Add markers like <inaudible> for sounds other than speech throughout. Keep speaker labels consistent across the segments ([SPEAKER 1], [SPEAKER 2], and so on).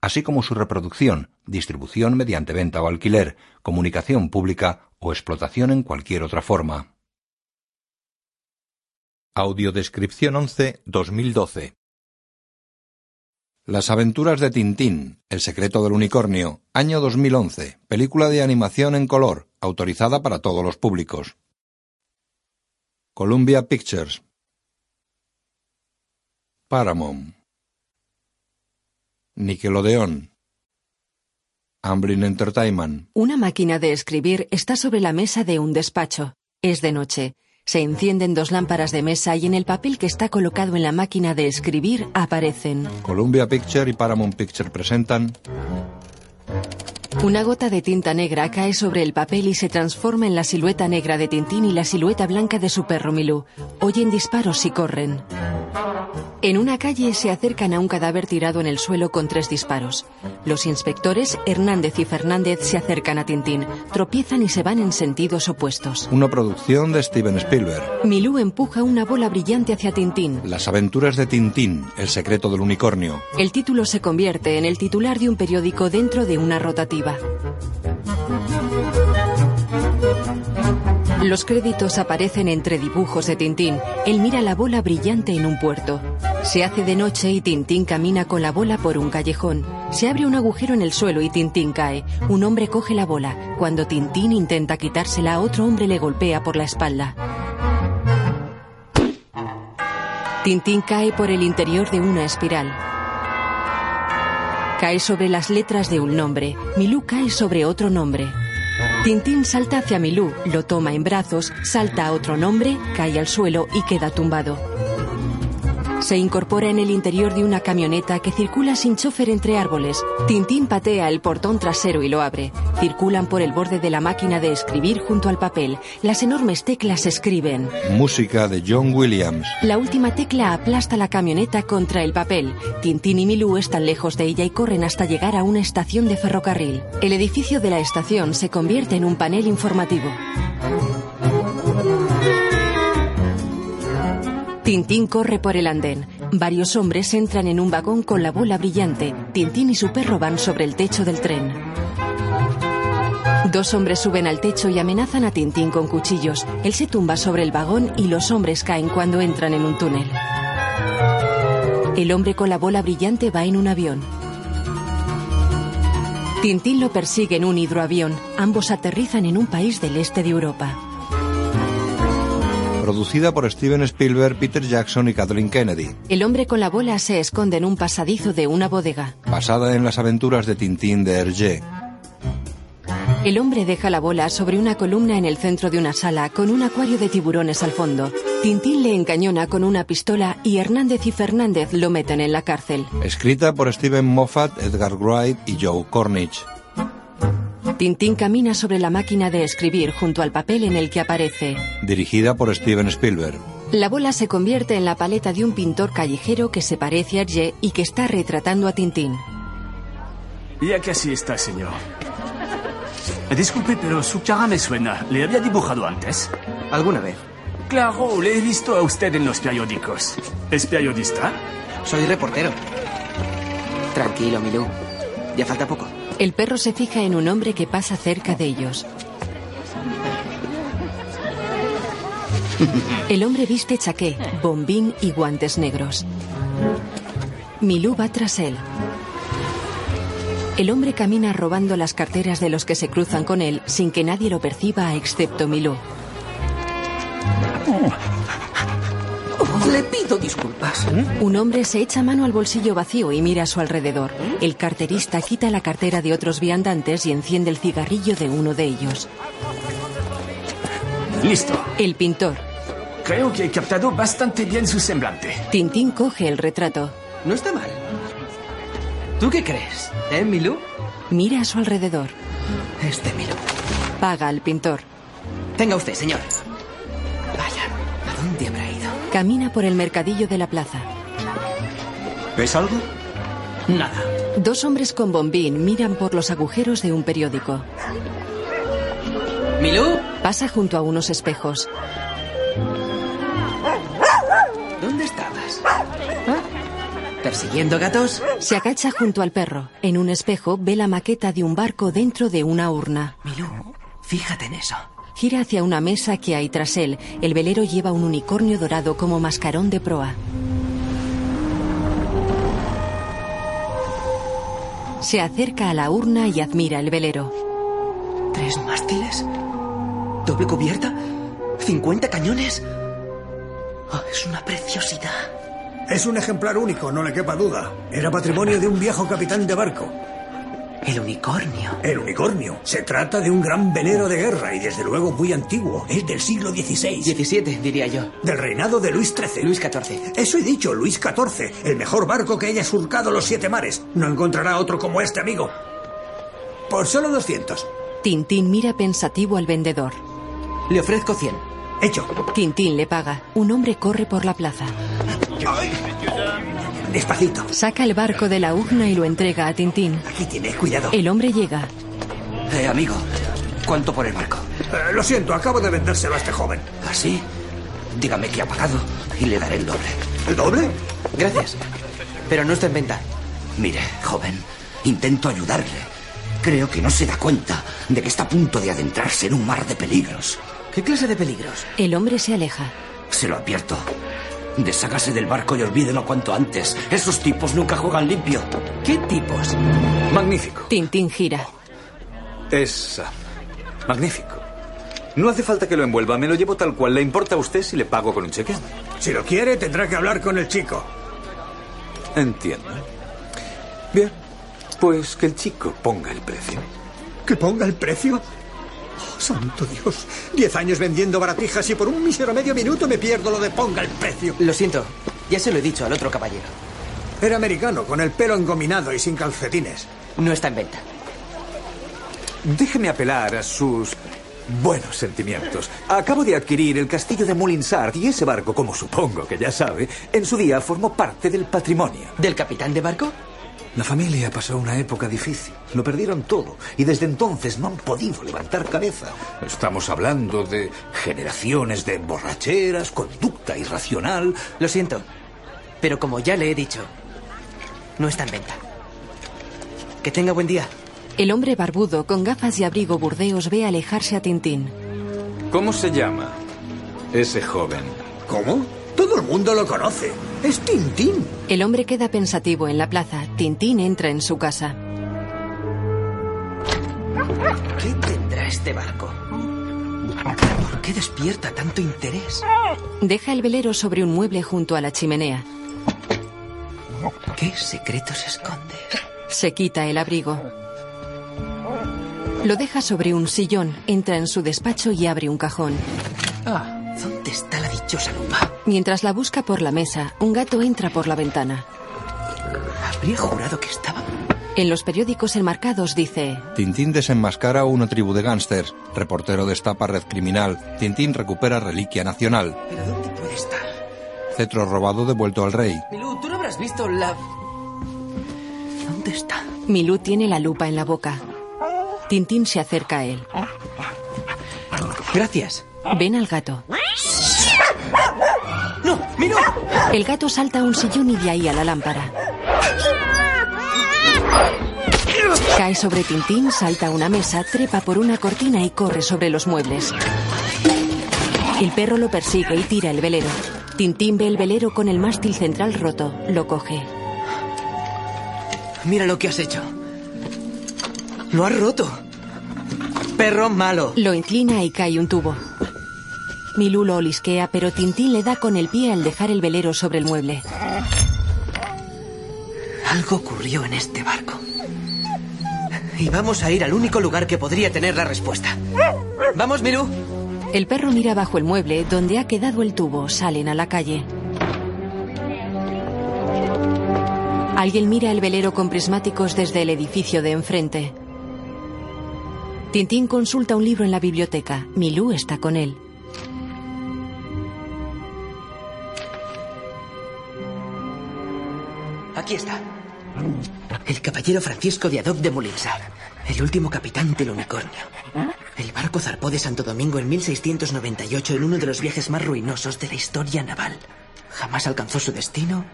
[SPEAKER 1] así como su reproducción, distribución mediante venta o alquiler, comunicación pública o explotación en cualquier otra forma. Audiodescripción 11 2012 Las aventuras de Tintín, El secreto del unicornio, año 2011, película de animación en color, autorizada para todos los públicos. Columbia Pictures Paramount Nickelodeon. Amblin Entertainment.
[SPEAKER 2] Una máquina de escribir está sobre la mesa de un despacho. Es de noche. Se encienden dos lámparas de mesa y en el papel que está colocado en la máquina de escribir aparecen.
[SPEAKER 1] Columbia Picture y Paramount Picture presentan.
[SPEAKER 2] Una gota de tinta negra cae sobre el papel y se transforma en la silueta negra de Tintín y la silueta blanca de su perro Milú. Oyen disparos y corren. En una calle se acercan a un cadáver tirado en el suelo con tres disparos. Los inspectores Hernández y Fernández se acercan a Tintín, tropiezan y se van en sentidos opuestos.
[SPEAKER 1] Una producción de Steven Spielberg.
[SPEAKER 2] Milú empuja una bola brillante hacia Tintín.
[SPEAKER 1] Las aventuras de Tintín, el secreto del unicornio.
[SPEAKER 2] El título se convierte en el titular de un periódico dentro de una rotativa. Los créditos aparecen entre dibujos de Tintín. Él mira la bola brillante en un puerto. Se hace de noche y Tintín camina con la bola por un callejón. Se abre un agujero en el suelo y Tintín cae. Un hombre coge la bola. Cuando Tintín intenta quitársela, otro hombre le golpea por la espalda. Tintín cae por el interior de una espiral. Cae sobre las letras de un nombre. Milú cae sobre otro nombre. Tintín salta hacia Milú, lo toma en brazos, salta a otro nombre, cae al suelo y queda tumbado. Se incorpora en el interior de una camioneta que circula sin chofer entre árboles. Tintín patea el portón trasero y lo abre. Circulan por el borde de la máquina de escribir junto al papel. Las enormes teclas escriben.
[SPEAKER 1] Música de John Williams.
[SPEAKER 2] La última tecla aplasta la camioneta contra el papel. Tintín y Milú están lejos de ella y corren hasta llegar a una estación de ferrocarril. El edificio de la estación se convierte en un panel informativo. Tintín corre por el andén. Varios hombres entran en un vagón con la bola brillante. Tintín y su perro van sobre el techo del tren. Dos hombres suben al techo y amenazan a Tintín con cuchillos. Él se tumba sobre el vagón y los hombres caen cuando entran en un túnel. El hombre con la bola brillante va en un avión. Tintín lo persigue en un hidroavión. Ambos aterrizan en un país del este de Europa
[SPEAKER 1] producida por Steven Spielberg, Peter Jackson y Kathleen Kennedy.
[SPEAKER 2] El hombre con la bola se esconde en un pasadizo de una bodega.
[SPEAKER 1] Basada en las aventuras de Tintín de Hergé.
[SPEAKER 2] El hombre deja la bola sobre una columna en el centro de una sala con un acuario de tiburones al fondo. Tintín le encañona con una pistola y Hernández y Fernández lo meten en la cárcel.
[SPEAKER 1] Escrita por Steven Moffat, Edgar Wright y Joe Cornish.
[SPEAKER 2] Tintín camina sobre la máquina de escribir junto al papel en el que aparece.
[SPEAKER 1] Dirigida por Steven Spielberg.
[SPEAKER 2] La bola se convierte en la paleta de un pintor callejero que se parece a Ye y que está retratando a Tintín.
[SPEAKER 3] Ya casi está, señor. Eh, Disculpe, pero su cara me suena. ¿Le había dibujado antes?
[SPEAKER 4] ¿Alguna vez?
[SPEAKER 3] Claro, le he visto a usted en los periódicos. ¿Es periodista?
[SPEAKER 4] Soy reportero. Tranquilo, Milú. Ya falta poco.
[SPEAKER 2] El perro se fija en un hombre que pasa cerca de ellos. El hombre viste chaqué, bombín y guantes negros. Milú va tras él. El hombre camina robando las carteras de los que se cruzan con él sin que nadie lo perciba excepto Milú.
[SPEAKER 4] Le pido disculpas.
[SPEAKER 2] Un hombre se echa mano al bolsillo vacío y mira a su alrededor. El carterista quita la cartera de otros viandantes y enciende el cigarrillo de uno de ellos.
[SPEAKER 3] Listo.
[SPEAKER 2] El pintor.
[SPEAKER 3] Creo que he captado bastante bien su semblante.
[SPEAKER 2] Tintín coge el retrato.
[SPEAKER 4] No está mal. ¿Tú qué crees? ¿Eh, Milú?
[SPEAKER 2] Mira a su alrededor.
[SPEAKER 5] Este Milú.
[SPEAKER 2] Paga al pintor.
[SPEAKER 5] Tenga usted, señor. Vaya, ¿a dónde habrá ido?
[SPEAKER 2] Camina por el mercadillo de la plaza.
[SPEAKER 6] ¿Ves algo? Nada.
[SPEAKER 2] Dos hombres con bombín miran por los agujeros de un periódico.
[SPEAKER 5] ¿Milú?
[SPEAKER 2] Pasa junto a unos espejos.
[SPEAKER 5] ¿Dónde estabas? ¿Ah? ¿Persiguiendo gatos?
[SPEAKER 2] Se agacha junto al perro. En un espejo ve la maqueta de un barco dentro de una urna.
[SPEAKER 5] Milú, fíjate en eso.
[SPEAKER 2] Gira hacia una mesa que hay tras él. El velero lleva un unicornio dorado como mascarón de proa. Se acerca a la urna y admira el velero.
[SPEAKER 5] ¿Tres mástiles? ¿Doble cubierta? ¿50 cañones? Oh, es una preciosidad.
[SPEAKER 7] Es un ejemplar único, no le quepa duda. Era patrimonio de un viejo capitán de barco.
[SPEAKER 5] El unicornio.
[SPEAKER 7] El unicornio. Se trata de un gran velero de guerra y desde luego muy antiguo. Es del siglo XVI.
[SPEAKER 5] 17, diría yo.
[SPEAKER 7] Del reinado de Luis XIII.
[SPEAKER 5] Luis XIV.
[SPEAKER 7] Eso he dicho, Luis XIV. El mejor barco que haya surcado los siete mares. No encontrará otro como este, amigo. Por solo 200.
[SPEAKER 2] Tintín mira pensativo al vendedor.
[SPEAKER 5] Le ofrezco 100.
[SPEAKER 7] Hecho.
[SPEAKER 2] Tintín le paga. Un hombre corre por la plaza.
[SPEAKER 7] ¡Ay! Despacito.
[SPEAKER 2] Saca el barco de la urna y lo entrega a Tintín.
[SPEAKER 7] Aquí tienes, cuidado.
[SPEAKER 2] El hombre llega.
[SPEAKER 5] Eh, amigo, ¿cuánto por el barco?
[SPEAKER 7] Eh, lo siento, acabo de vendérselo a este joven.
[SPEAKER 5] ¿Así? Dígame que ha pagado y le daré el doble.
[SPEAKER 7] ¿El doble?
[SPEAKER 5] Gracias. Pero no está en venta. Mire, joven, intento ayudarle. Creo que no se da cuenta de que está a punto de adentrarse en un mar de peligros. ¿Qué clase de peligros?
[SPEAKER 2] El hombre se aleja.
[SPEAKER 5] Se lo advierto. Deshágase del barco y olvídelo cuanto antes. Esos tipos nunca juegan limpio.
[SPEAKER 8] ¿Qué tipos? Magnífico.
[SPEAKER 2] Tintín gira.
[SPEAKER 8] Es uh, magnífico. No hace falta que lo envuelva, me lo llevo tal cual. ¿Le importa a usted si le pago con un cheque?
[SPEAKER 7] Si lo quiere, tendrá que hablar con el chico.
[SPEAKER 8] Entiendo. Bien, pues que el chico ponga el precio.
[SPEAKER 7] ¿Que ponga el precio? Oh, santo Dios. Diez años vendiendo baratijas y por un mísero medio minuto me pierdo lo de ponga el precio.
[SPEAKER 5] Lo siento, ya se lo he dicho al otro caballero.
[SPEAKER 7] Era americano, con el pelo engominado y sin calcetines.
[SPEAKER 5] No está en venta.
[SPEAKER 8] Déjeme apelar a sus buenos sentimientos. Acabo de adquirir el castillo de Mullinsart y ese barco, como supongo que ya sabe, en su día formó parte del patrimonio.
[SPEAKER 5] ¿Del capitán de barco?
[SPEAKER 8] La familia pasó una época difícil. Lo perdieron todo y desde entonces no han podido levantar cabeza. Estamos hablando de generaciones de borracheras, conducta irracional.
[SPEAKER 5] Lo siento, pero como ya le he dicho, no está en venta. Que tenga buen día.
[SPEAKER 2] El hombre barbudo con gafas y abrigo burdeos ve alejarse a Tintín.
[SPEAKER 8] ¿Cómo se llama ese joven?
[SPEAKER 7] ¿Cómo? Todo el mundo lo conoce. Es Tintín.
[SPEAKER 2] El hombre queda pensativo en la plaza. Tintín entra en su casa.
[SPEAKER 5] ¿Qué tendrá este barco? ¿Por qué despierta tanto interés?
[SPEAKER 2] Deja el velero sobre un mueble junto a la chimenea.
[SPEAKER 5] ¿Qué secreto se esconde?
[SPEAKER 2] Se quita el abrigo. Lo deja sobre un sillón, entra en su despacho y abre un cajón.
[SPEAKER 5] Ah. ¿Dónde está la dichosa lupa?
[SPEAKER 2] Mientras la busca por la mesa, un gato entra por la ventana.
[SPEAKER 5] Habría jurado que estaba.
[SPEAKER 2] En los periódicos enmarcados dice:
[SPEAKER 1] Tintín desenmascara una tribu de gángsters. Reportero destapa red criminal. Tintín recupera reliquia nacional.
[SPEAKER 5] ¿Pero dónde puede estar?
[SPEAKER 1] Cetro robado devuelto al rey.
[SPEAKER 5] Milú, tú no habrás visto la. ¿Dónde está?
[SPEAKER 2] Milú tiene la lupa en la boca. Tintín se acerca a él.
[SPEAKER 5] Gracias.
[SPEAKER 2] Ven al gato.
[SPEAKER 5] ¡No! ¡Mira!
[SPEAKER 2] El gato salta a un sillón y de ahí a la lámpara. Cae sobre Tintín, salta a una mesa, trepa por una cortina y corre sobre los muebles. El perro lo persigue y tira el velero. Tintín ve el velero con el mástil central roto. Lo coge.
[SPEAKER 5] Mira lo que has hecho. Lo has roto. Perro malo.
[SPEAKER 2] Lo inclina y cae un tubo. Milú lo olisquea, pero Tintín le da con el pie al dejar el velero sobre el mueble.
[SPEAKER 5] Algo ocurrió en este barco. Y vamos a ir al único lugar que podría tener la respuesta. ¡Vamos, Milú!
[SPEAKER 2] El perro mira bajo el mueble donde ha quedado el tubo. Salen a la calle. Alguien mira el velero con prismáticos desde el edificio de enfrente. Tintín consulta un libro en la biblioteca. Milú está con él.
[SPEAKER 5] Aquí está. El caballero Francisco de Adoc de Molinsar, el último capitán del unicornio. El barco zarpó de Santo Domingo en 1698 en uno de los viajes más ruinosos de la historia naval. Jamás alcanzó su destino.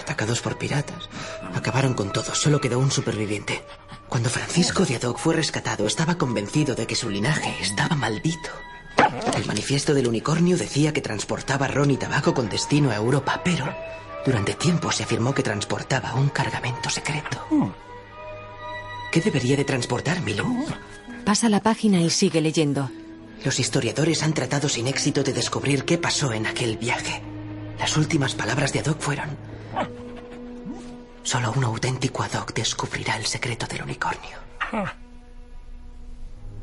[SPEAKER 5] Atacados por piratas, acabaron con todo. Solo quedó un superviviente. Cuando Francisco de Adoc fue rescatado, estaba convencido de que su linaje estaba maldito. El manifiesto del unicornio decía que transportaba ron y tabaco con destino a Europa, pero durante tiempo se afirmó que transportaba un cargamento secreto. ¿Qué debería de transportar, Milú?
[SPEAKER 2] Pasa la página y sigue leyendo.
[SPEAKER 5] Los historiadores han tratado sin éxito de descubrir qué pasó en aquel viaje. Las últimas palabras de Adoc fueron... Solo un auténtico Adoc descubrirá el secreto del unicornio.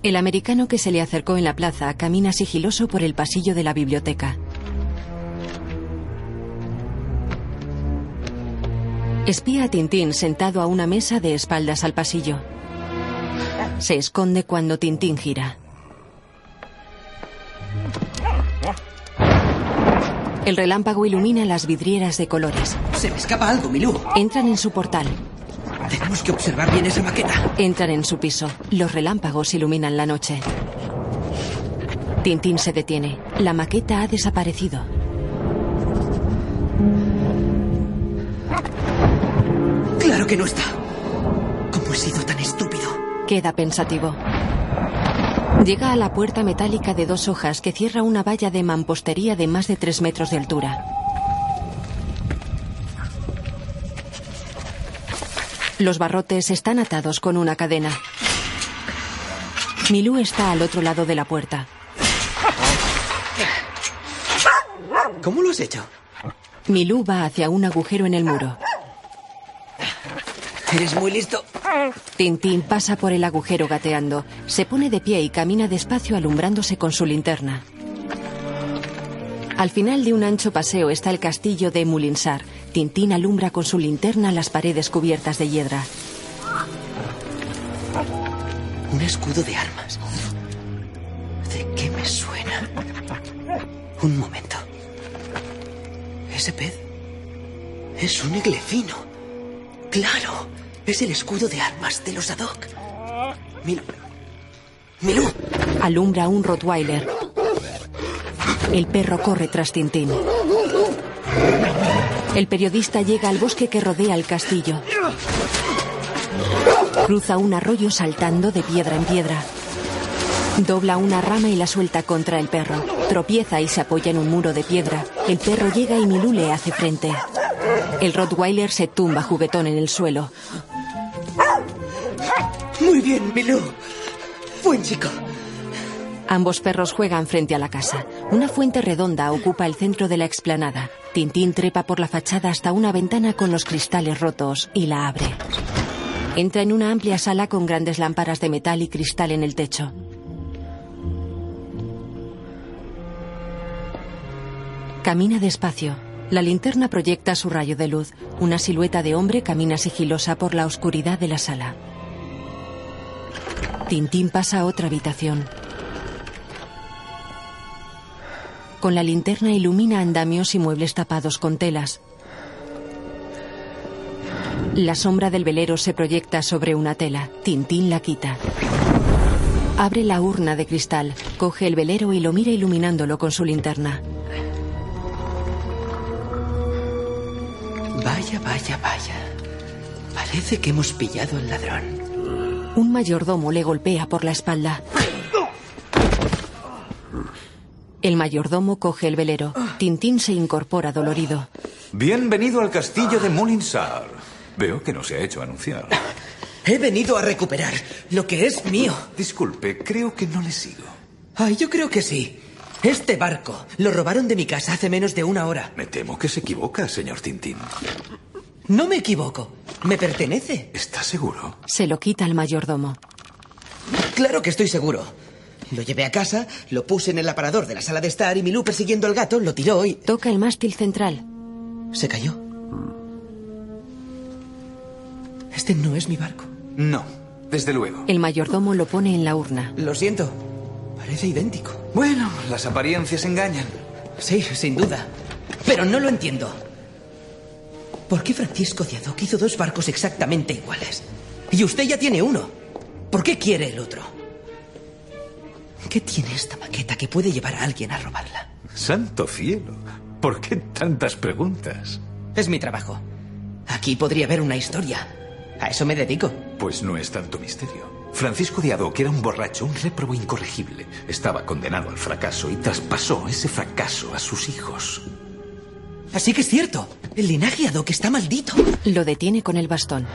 [SPEAKER 2] El americano que se le acercó en la plaza camina sigiloso por el pasillo de la biblioteca. Espía a Tintín sentado a una mesa de espaldas al pasillo. Se esconde cuando Tintín gira. El relámpago ilumina las vidrieras de colores.
[SPEAKER 5] Se me escapa algo, Milú.
[SPEAKER 2] Entran en su portal.
[SPEAKER 5] Tenemos que observar bien esa maqueta.
[SPEAKER 2] Entran en su piso. Los relámpagos iluminan la noche. Tintín se detiene. La maqueta ha desaparecido.
[SPEAKER 5] Claro que no está. ¿Cómo he sido tan estúpido?
[SPEAKER 2] Queda pensativo. Llega a la puerta metálica de dos hojas que cierra una valla de mampostería de más de tres metros de altura. Los barrotes están atados con una cadena. Milú está al otro lado de la puerta.
[SPEAKER 5] ¿Cómo lo has hecho?
[SPEAKER 2] Milú va hacia un agujero en el muro.
[SPEAKER 5] Eres muy listo.
[SPEAKER 2] Tintín pasa por el agujero gateando. Se pone de pie y camina despacio alumbrándose con su linterna. Al final de un ancho paseo está el castillo de Mulinsar. Tintín alumbra con su linterna las paredes cubiertas de hiedra.
[SPEAKER 5] Un escudo de armas. ¿De qué me suena? Un momento. Ese pez es un iglefino. Claro, es el escudo de armas de los Adoc. Mil... Milú.
[SPEAKER 2] Alumbra un Rottweiler. El perro corre tras Tintín. El periodista llega al bosque que rodea el castillo. Cruza un arroyo saltando de piedra en piedra. Dobla una rama y la suelta contra el perro. Tropieza y se apoya en un muro de piedra. El perro llega y Milú le hace frente. El Rottweiler se tumba juguetón en el suelo.
[SPEAKER 5] Muy bien, Milú. Buen chico.
[SPEAKER 2] Ambos perros juegan frente a la casa. Una fuente redonda ocupa el centro de la explanada. Tintín trepa por la fachada hasta una ventana con los cristales rotos y la abre. Entra en una amplia sala con grandes lámparas de metal y cristal en el techo. Camina despacio. La linterna proyecta su rayo de luz. Una silueta de hombre camina sigilosa por la oscuridad de la sala. Tintín pasa a otra habitación. Con la linterna ilumina andamios y muebles tapados con telas. La sombra del velero se proyecta sobre una tela. Tintín la quita. Abre la urna de cristal, coge el velero y lo mira iluminándolo con su linterna.
[SPEAKER 5] Vaya, vaya, vaya. Parece que hemos pillado al ladrón.
[SPEAKER 2] Un mayordomo le golpea por la espalda. El mayordomo coge el velero. Tintín se incorpora dolorido.
[SPEAKER 9] Bienvenido al castillo de Molinsar. Veo que no se ha hecho anunciar.
[SPEAKER 5] He venido a recuperar lo que es mío.
[SPEAKER 9] Disculpe, creo que no le sigo.
[SPEAKER 5] Ay, yo creo que sí. Este barco lo robaron de mi casa hace menos de una hora.
[SPEAKER 9] Me temo que se equivoca, señor Tintín.
[SPEAKER 5] No me equivoco. Me pertenece.
[SPEAKER 9] ¿Está seguro?
[SPEAKER 2] Se lo quita el mayordomo.
[SPEAKER 5] Claro que estoy seguro. Lo llevé a casa, lo puse en el aparador de la sala de estar y Milú persiguiendo al gato lo tiró y...
[SPEAKER 2] Toca el mástil central.
[SPEAKER 5] Se cayó. Este no es mi barco.
[SPEAKER 9] No.
[SPEAKER 8] Desde luego.
[SPEAKER 2] El mayordomo lo pone en la urna.
[SPEAKER 5] Lo siento. Parece idéntico.
[SPEAKER 8] Bueno, las apariencias engañan.
[SPEAKER 5] Sí, sin duda. Pero no lo entiendo. ¿Por qué Francisco Diadoc hizo dos barcos exactamente iguales? Y usted ya tiene uno. ¿Por qué quiere el otro? ¿Qué tiene esta maqueta que puede llevar a alguien a robarla?
[SPEAKER 8] Santo cielo, ¿por qué tantas preguntas?
[SPEAKER 5] Es mi trabajo. Aquí podría haber una historia. A eso me dedico.
[SPEAKER 8] Pues no es tanto misterio. Francisco Diado, que era un borracho, un réprobo incorregible, estaba condenado al fracaso y traspasó ese fracaso a sus hijos.
[SPEAKER 5] Así que es cierto. El linaje Adoc está maldito.
[SPEAKER 2] Lo detiene con el bastón.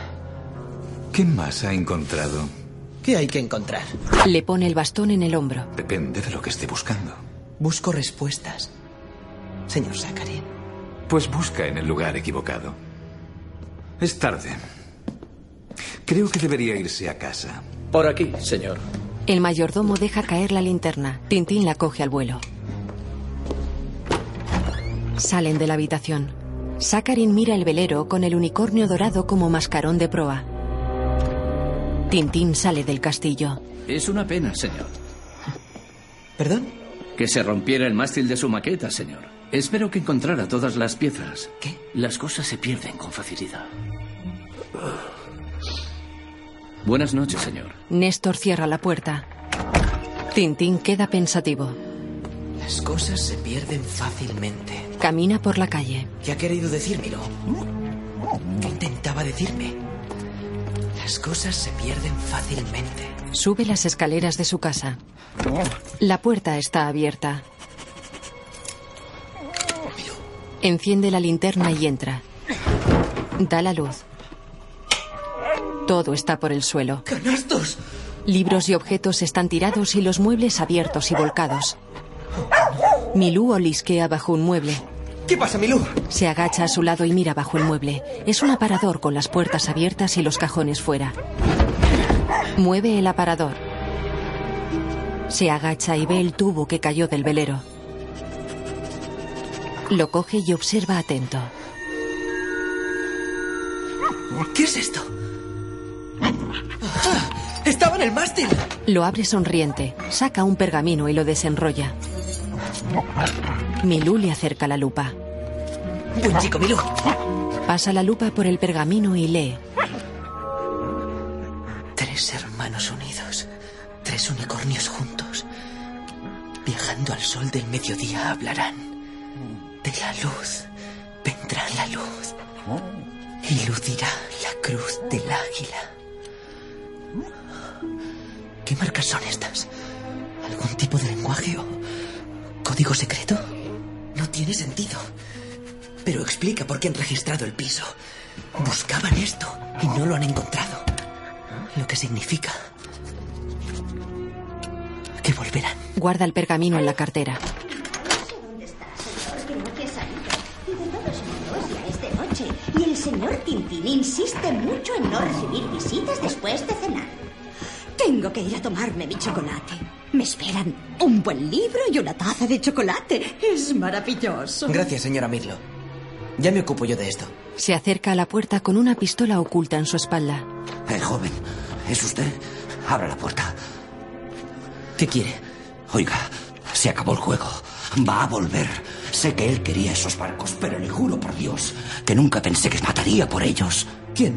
[SPEAKER 8] ¿Qué más ha encontrado?
[SPEAKER 5] ¿Qué hay que encontrar?
[SPEAKER 2] Le pone el bastón en el hombro.
[SPEAKER 8] Depende de lo que esté buscando.
[SPEAKER 5] Busco respuestas. Señor Sakarin.
[SPEAKER 8] Pues busca en el lugar equivocado. Es tarde. Creo que debería irse a casa.
[SPEAKER 10] Por aquí, señor.
[SPEAKER 2] El mayordomo deja caer la linterna. Tintín la coge al vuelo. Salen de la habitación. Sakarin mira el velero con el unicornio dorado como mascarón de proa. Tintín sale del castillo.
[SPEAKER 10] Es una pena, señor.
[SPEAKER 5] ¿Perdón?
[SPEAKER 10] Que se rompiera el mástil de su maqueta, señor. Espero que encontrara todas las piezas.
[SPEAKER 5] ¿Qué?
[SPEAKER 10] Las cosas se pierden con facilidad. Buenas noches, señor.
[SPEAKER 2] Néstor cierra la puerta. Tintín queda pensativo.
[SPEAKER 5] Las cosas se pierden fácilmente.
[SPEAKER 2] Camina por la calle.
[SPEAKER 5] ¿Qué ha querido decírmelo? ¿Qué intentaba decirme? Las cosas se pierden fácilmente.
[SPEAKER 2] Sube las escaleras de su casa. La puerta está abierta. Enciende la linterna y entra. Da la luz. Todo está por el suelo.
[SPEAKER 5] ¡Canastos!
[SPEAKER 2] Libros y objetos están tirados y los muebles abiertos y volcados. Milú olisquea bajo un mueble.
[SPEAKER 5] ¿Qué pasa, Milú?
[SPEAKER 2] Se agacha a su lado y mira bajo el mueble. Es un aparador con las puertas abiertas y los cajones fuera. Mueve el aparador. Se agacha y ve el tubo que cayó del velero. Lo coge y observa atento.
[SPEAKER 5] ¿Qué es esto? ¡Ah! ¡Estaba en el mástil!
[SPEAKER 2] Lo abre sonriente, saca un pergamino y lo desenrolla. Milú le acerca la lupa.
[SPEAKER 5] Buen chico, Milú.
[SPEAKER 2] Pasa la lupa por el pergamino y lee.
[SPEAKER 5] Tres hermanos unidos, tres unicornios juntos, viajando al sol del mediodía hablarán. De la luz vendrá la luz, iludirá la cruz del águila. ¿Qué marcas son estas? ¿Algún tipo de lenguaje o código secreto? No tiene sentido. Pero explica por qué han registrado el piso. Buscaban esto y no lo han encontrado. Lo que significa que volverán.
[SPEAKER 2] Guarda el pergamino en la cartera.
[SPEAKER 11] Creo que ha salido. Y de todos modos ya es de noche. Y el señor Tintín insiste mucho en no recibir visitas después de cenar. Tengo que ir a tomarme mi chocolate. Me esperan un buen libro y una taza de chocolate. Es maravilloso.
[SPEAKER 5] Gracias, señora Mirlo. Ya me ocupo yo de esto.
[SPEAKER 2] Se acerca a la puerta con una pistola oculta en su espalda.
[SPEAKER 7] Eh, joven, ¿es usted? Abra la puerta.
[SPEAKER 5] ¿Qué quiere?
[SPEAKER 7] Oiga, se acabó el juego. Va a volver. Sé que él quería esos barcos, pero le juro por Dios que nunca pensé que mataría por ellos.
[SPEAKER 5] ¿Quién?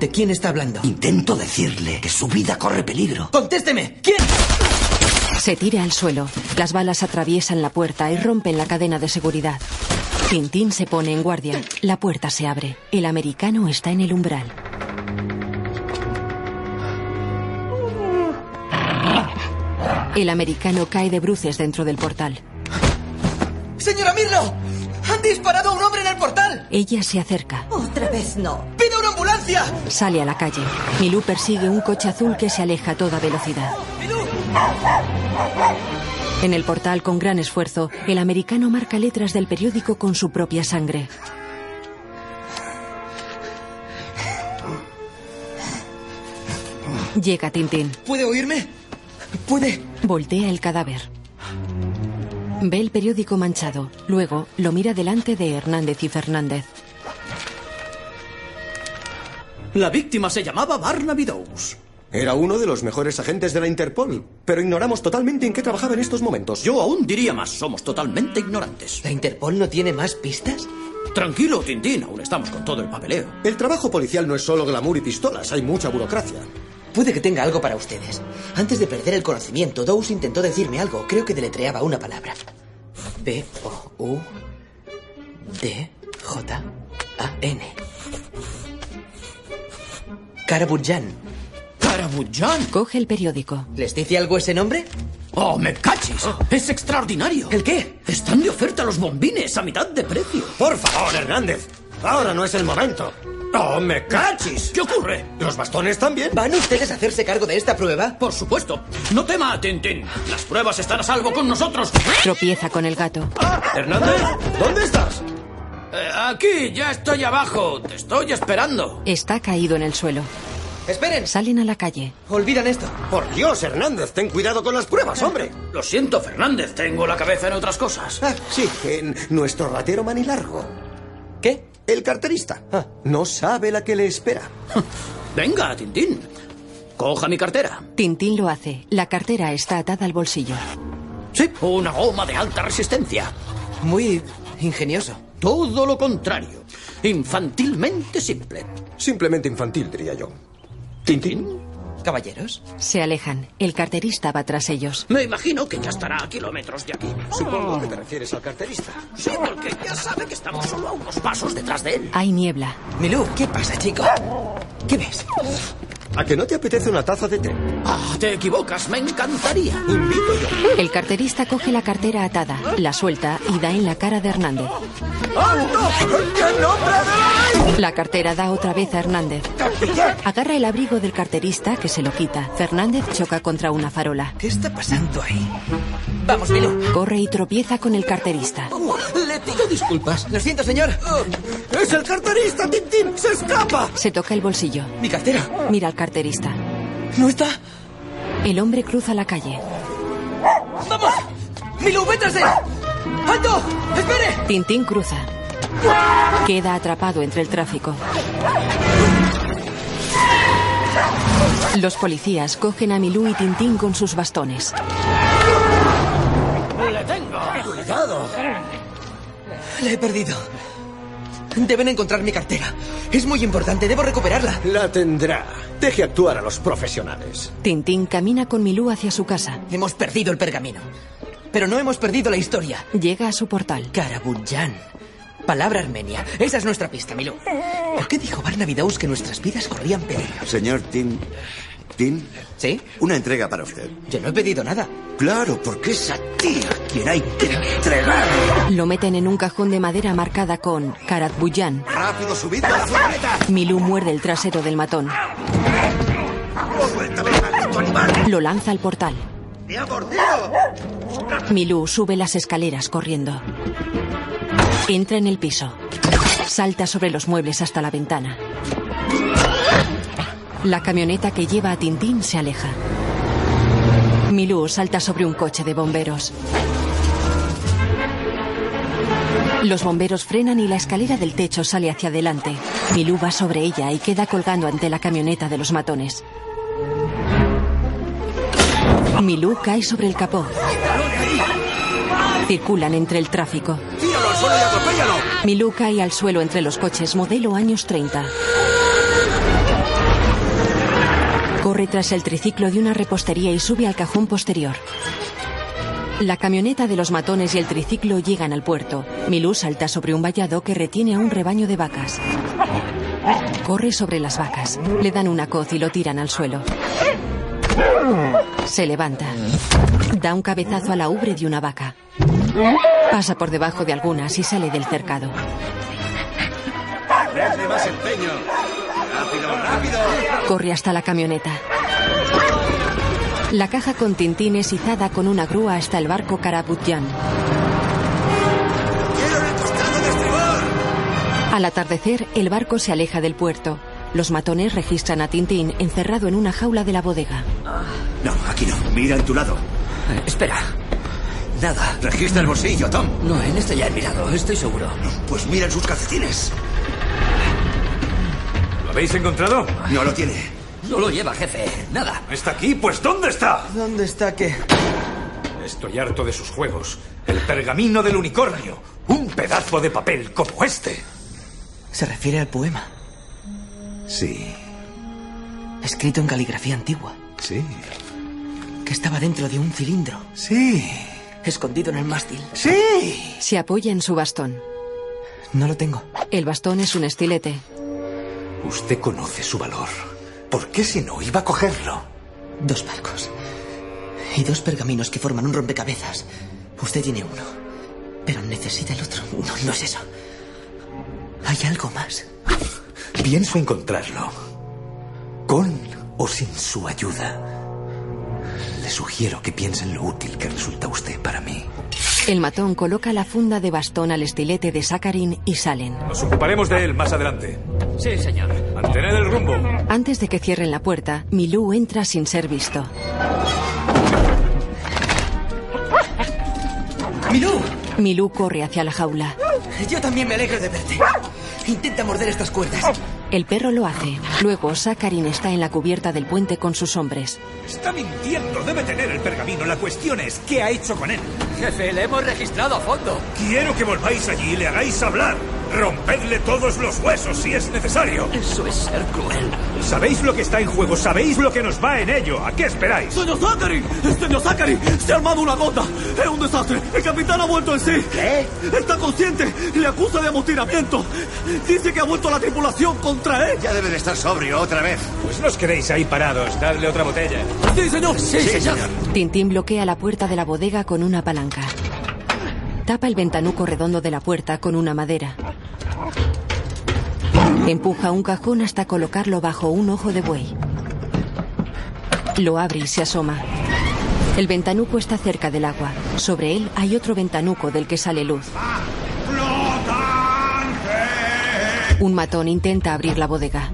[SPEAKER 5] ¿De quién está hablando?
[SPEAKER 7] Intento decirle que su vida corre peligro.
[SPEAKER 5] ¡Contésteme! ¿Quién?
[SPEAKER 2] Se tira al suelo. Las balas atraviesan la puerta y rompen la cadena de seguridad. Tintín se pone en guardia. La puerta se abre. El americano está en el umbral. El americano cae de bruces dentro del portal.
[SPEAKER 5] ¡Señora Mirlo! ¡Han disparado a un hombre en el portal!
[SPEAKER 2] Ella se acerca.
[SPEAKER 11] Otra vez no.
[SPEAKER 5] ¡Pida una ambulancia!
[SPEAKER 2] Sale a la calle. Milú persigue un coche azul que se aleja a toda velocidad. En el portal, con gran esfuerzo, el americano marca letras del periódico con su propia sangre. Llega Tintín.
[SPEAKER 5] ¿Puede oírme? ¿Puede?
[SPEAKER 2] Voltea el cadáver. Ve el periódico manchado. Luego lo mira delante de Hernández y Fernández.
[SPEAKER 3] La víctima se llamaba Barnaby Dawes.
[SPEAKER 7] Era uno de los mejores agentes de la Interpol, pero ignoramos totalmente en qué trabajaba en estos momentos.
[SPEAKER 3] Yo aún diría más, somos totalmente ignorantes.
[SPEAKER 5] ¿La Interpol no tiene más pistas?
[SPEAKER 3] Tranquilo, Tintín, aún estamos con todo el papeleo.
[SPEAKER 7] El trabajo policial no es solo glamour y pistolas, hay mucha burocracia.
[SPEAKER 5] Puede que tenga algo para ustedes. Antes de perder el conocimiento, Dawes intentó decirme algo. Creo que deletreaba una palabra. B-O-U-D-J-A-N. Karaburjan.
[SPEAKER 3] ¿Karaburjan?
[SPEAKER 2] Coge el periódico.
[SPEAKER 5] ¿Les dice algo ese nombre?
[SPEAKER 3] ¡Oh, me cachis! ¡Es extraordinario!
[SPEAKER 5] ¿El qué?
[SPEAKER 3] Están de oferta los bombines a mitad de precio.
[SPEAKER 7] Por favor, Hernández. Ahora no es el momento. ¡Oh, me cachis!
[SPEAKER 3] ¿Qué ocurre?
[SPEAKER 7] ¿Los bastones también?
[SPEAKER 5] ¿Van ustedes a hacerse cargo de esta prueba?
[SPEAKER 3] Por supuesto. No tema, Tintín. Las pruebas están a salvo con nosotros.
[SPEAKER 2] Tropieza con el gato.
[SPEAKER 7] Ah, Hernández, ¿dónde estás?
[SPEAKER 3] Eh, aquí, ya estoy abajo. Te estoy esperando.
[SPEAKER 2] Está caído en el suelo.
[SPEAKER 5] ¡Esperen!
[SPEAKER 2] Salen a la calle.
[SPEAKER 5] Olvidan esto.
[SPEAKER 7] Por Dios, Hernández, ten cuidado con las pruebas, hombre.
[SPEAKER 3] Lo siento, Fernández. Tengo la cabeza en otras cosas.
[SPEAKER 7] Ah, sí, en nuestro ratero manilargo.
[SPEAKER 5] ¿Qué?
[SPEAKER 7] El carterista. Ah, no sabe la que le espera.
[SPEAKER 3] Venga, Tintín. Coja mi cartera.
[SPEAKER 2] Tintín lo hace. La cartera está atada al bolsillo.
[SPEAKER 3] Sí, una goma de alta resistencia.
[SPEAKER 5] Muy ingenioso.
[SPEAKER 3] Todo lo contrario. Infantilmente simple.
[SPEAKER 7] Simplemente infantil, diría yo.
[SPEAKER 3] ¿Tintín?
[SPEAKER 5] Caballeros.
[SPEAKER 2] Se alejan. El carterista va tras ellos.
[SPEAKER 3] Me imagino que ya estará a kilómetros de aquí. Oh.
[SPEAKER 7] Supongo que te refieres al carterista.
[SPEAKER 3] Sí, porque ya sabe que estamos solo a unos pasos detrás de él.
[SPEAKER 2] Hay niebla.
[SPEAKER 5] Milú, ¿qué pasa, chico? ¿Qué ves?
[SPEAKER 7] ¿A que no te apetece una taza de té?
[SPEAKER 3] Ah, te equivocas, me encantaría.
[SPEAKER 7] Invito yo.
[SPEAKER 2] El carterista coge la cartera atada, la suelta y da en la cara de Hernández.
[SPEAKER 7] ¡Ah, no! ¡Qué nombre de la ley!
[SPEAKER 2] La cartera da otra vez a Hernández. Agarra el abrigo del carterista que se lo quita. Fernández choca contra una farola.
[SPEAKER 5] ¿Qué está pasando ahí? Vamos, Milú.
[SPEAKER 2] Corre y tropieza con el carterista.
[SPEAKER 5] Oh, le pido disculpas. Lo siento, señor.
[SPEAKER 7] Oh, ¡Es el carterista, Tintín! ¡Se escapa!
[SPEAKER 2] Se toca el bolsillo.
[SPEAKER 5] Mi cartera.
[SPEAKER 2] Mira al carterista.
[SPEAKER 5] ¿No está?
[SPEAKER 2] El hombre cruza la calle.
[SPEAKER 5] ¡Vamos! ¡Milú, vete él! ¡Alto! ¡Espere!
[SPEAKER 2] Tintín cruza. Queda atrapado entre el tráfico. Los policías cogen a Milú y Tintín con sus bastones.
[SPEAKER 3] ¡Le tengo!
[SPEAKER 7] ¡Cuidado!
[SPEAKER 5] Le he perdido. Deben encontrar mi cartera. Es muy importante, debo recuperarla.
[SPEAKER 7] La tendrá. Deje actuar a los profesionales.
[SPEAKER 2] Tintín camina con Milú hacia su casa.
[SPEAKER 5] Hemos perdido el pergamino. Pero no hemos perdido la historia.
[SPEAKER 2] Llega a su portal.
[SPEAKER 5] Karabujan. Palabra armenia. Esa es nuestra pista, Milú. ¿Por qué dijo Barnaby Dawes que nuestras vidas corrían peligro?
[SPEAKER 12] Señor Tim. ¿Tim?
[SPEAKER 5] ¿Sí?
[SPEAKER 12] Una entrega para usted.
[SPEAKER 5] Yo no he pedido nada.
[SPEAKER 12] Claro, porque es a ti a quien hay que entregar.
[SPEAKER 2] Lo meten en un cajón de madera marcada con Karatbuyan.
[SPEAKER 12] ¡Rápido, subid a la furgoneta!
[SPEAKER 2] Milú muerde el trasero del matón.
[SPEAKER 12] ¡Suéltame, maldito animal!
[SPEAKER 2] Lo lanza al portal.
[SPEAKER 12] ¡Te ha mordido!
[SPEAKER 2] Milú sube las escaleras corriendo. Entra en el piso. Salta sobre los muebles hasta la ventana. La camioneta que lleva a Tintín se aleja. Milú salta sobre un coche de bomberos. Los bomberos frenan y la escalera del techo sale hacia adelante. Milú va sobre ella y queda colgando ante la camioneta de los matones. Milú cae sobre el capó. Circulan entre el tráfico.
[SPEAKER 7] ¡Tíralo al suelo y atropéllalo!
[SPEAKER 2] Milú cae al suelo entre los coches modelo años 30. Corre tras el triciclo de una repostería y sube al cajón posterior. La camioneta de los matones y el triciclo llegan al puerto. Milú salta sobre un vallado que retiene a un rebaño de vacas. Corre sobre las vacas. Le dan una coz y lo tiran al suelo. Se levanta. Da un cabezazo a la ubre de una vaca. Pasa por debajo de algunas y sale del cercado.
[SPEAKER 7] Dadle más empeño. Rápido, rápido.
[SPEAKER 2] Corre hasta la camioneta. La caja con Tintín es izada con una grúa hasta el barco Karabutyan.
[SPEAKER 7] ¡Quiero el costado de estribor!
[SPEAKER 2] Al atardecer, el barco se aleja del puerto. Los matones registran a Tintín encerrado en una jaula de la bodega.
[SPEAKER 12] No, aquí no. Mira en tu lado.
[SPEAKER 5] Eh, espera. Nada.
[SPEAKER 12] Registra el bolsillo, Tom.
[SPEAKER 5] No, en este ya he mirado, estoy seguro.
[SPEAKER 12] Pues mira en sus calcetines.
[SPEAKER 9] ¿Lo habéis encontrado?
[SPEAKER 4] No lo tiene.
[SPEAKER 10] No lo lleva, jefe. Nada.
[SPEAKER 9] ¿No está aquí? Pues ¿dónde está?
[SPEAKER 5] ¿Dónde está qué?
[SPEAKER 9] Estoy harto de sus juegos. El pergamino del unicornio. Un pedazo de papel como este.
[SPEAKER 5] Se refiere al poema.
[SPEAKER 9] Sí,
[SPEAKER 5] Escrito en caligrafía antigua.
[SPEAKER 9] sí.
[SPEAKER 5] Que estaba dentro de un cilindro.
[SPEAKER 9] Sí.
[SPEAKER 5] Escondido en el mástil.
[SPEAKER 9] ¡Sí!
[SPEAKER 2] Se apoya en su bastón.
[SPEAKER 5] No lo tengo.
[SPEAKER 2] El bastón es un estilete.
[SPEAKER 9] Usted conoce su valor. ¿Por qué si no iba a cogerlo?
[SPEAKER 5] Dos barcos. Y dos pergaminos que forman un rompecabezas. Usted tiene uno. Pero necesita el otro. No, no es eso. Hay algo más.
[SPEAKER 9] Pienso encontrarlo. Con o sin su ayuda. Le sugiero que piense en lo útil que resulta usted para mí.
[SPEAKER 2] El matón coloca la funda de bastón al estilete de Sakarin y salen.
[SPEAKER 9] Nos ocuparemos de él más adelante.
[SPEAKER 13] Sí, señor.
[SPEAKER 9] Mantened el rumbo.
[SPEAKER 2] Antes de que cierren la puerta, Milú entra sin ser visto.
[SPEAKER 5] ¡Milú!
[SPEAKER 2] Milú corre hacia la jaula.
[SPEAKER 5] Yo también me alegro de verte. Intenta morder estas cuerdas.
[SPEAKER 2] El perro lo hace. Luego, Sakarin está en la cubierta del puente con sus hombres.
[SPEAKER 9] Está mintiendo. Debe tener el pergamino. La cuestión es, ¿qué ha hecho con él?
[SPEAKER 13] Jefe, le hemos registrado a fondo.
[SPEAKER 9] Quiero que volváis allí y le hagáis hablar. Rompedle todos los huesos si es necesario.
[SPEAKER 13] Eso es ser cruel.
[SPEAKER 9] Sabéis lo que está en juego, sabéis lo que nos va en ello. ¿A qué esperáis?
[SPEAKER 13] ¡Señor Zachary! ¡Señor Zachary! ¡Se ha armado una gota! ¡Es un desastre! ¡El capitán ha vuelto en sí! ¿Qué? Está consciente y le acusa de amotinamiento. Dice que ha vuelto la tripulación contra él.
[SPEAKER 4] Ya debe de estar sobrio otra vez.
[SPEAKER 9] Pues nos quedéis ahí parados. Dadle otra botella.
[SPEAKER 13] ¡Sí, señor! ¡Sí, señor!
[SPEAKER 2] Tintín bloquea la puerta de la bodega con una palanca. Tapa el ventanuco redondo de la puerta con una madera. Empuja un cajón hasta colocarlo bajo un ojo de buey. Lo abre y se asoma. El ventanuco está cerca del agua. Sobre él hay otro ventanuco del que sale luz. Un matón intenta abrir la bodega.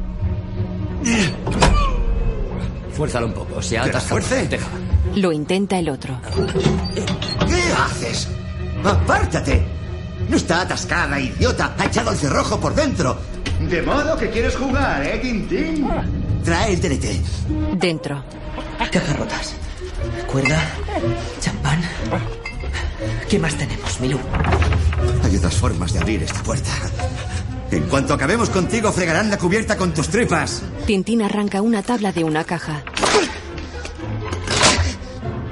[SPEAKER 10] Fuérzalo un poco. Se ha atascado. Deja.
[SPEAKER 2] Lo intenta el otro.
[SPEAKER 4] ¿Qué haces? ¡Apártate! No está atascada, idiota. Ha echado el cerrojo por dentro.
[SPEAKER 14] De modo que quieres jugar, ¿eh, Tintín?
[SPEAKER 4] Trae el TNT.
[SPEAKER 2] Dentro.
[SPEAKER 5] Cajas rotas. Cuerda. Champán. ¿Qué más tenemos, Milú?
[SPEAKER 4] Hay otras formas de abrir esta puerta. En cuanto acabemos contigo, fregarán la cubierta con tus tripas.
[SPEAKER 2] Tintín arranca una tabla de una caja.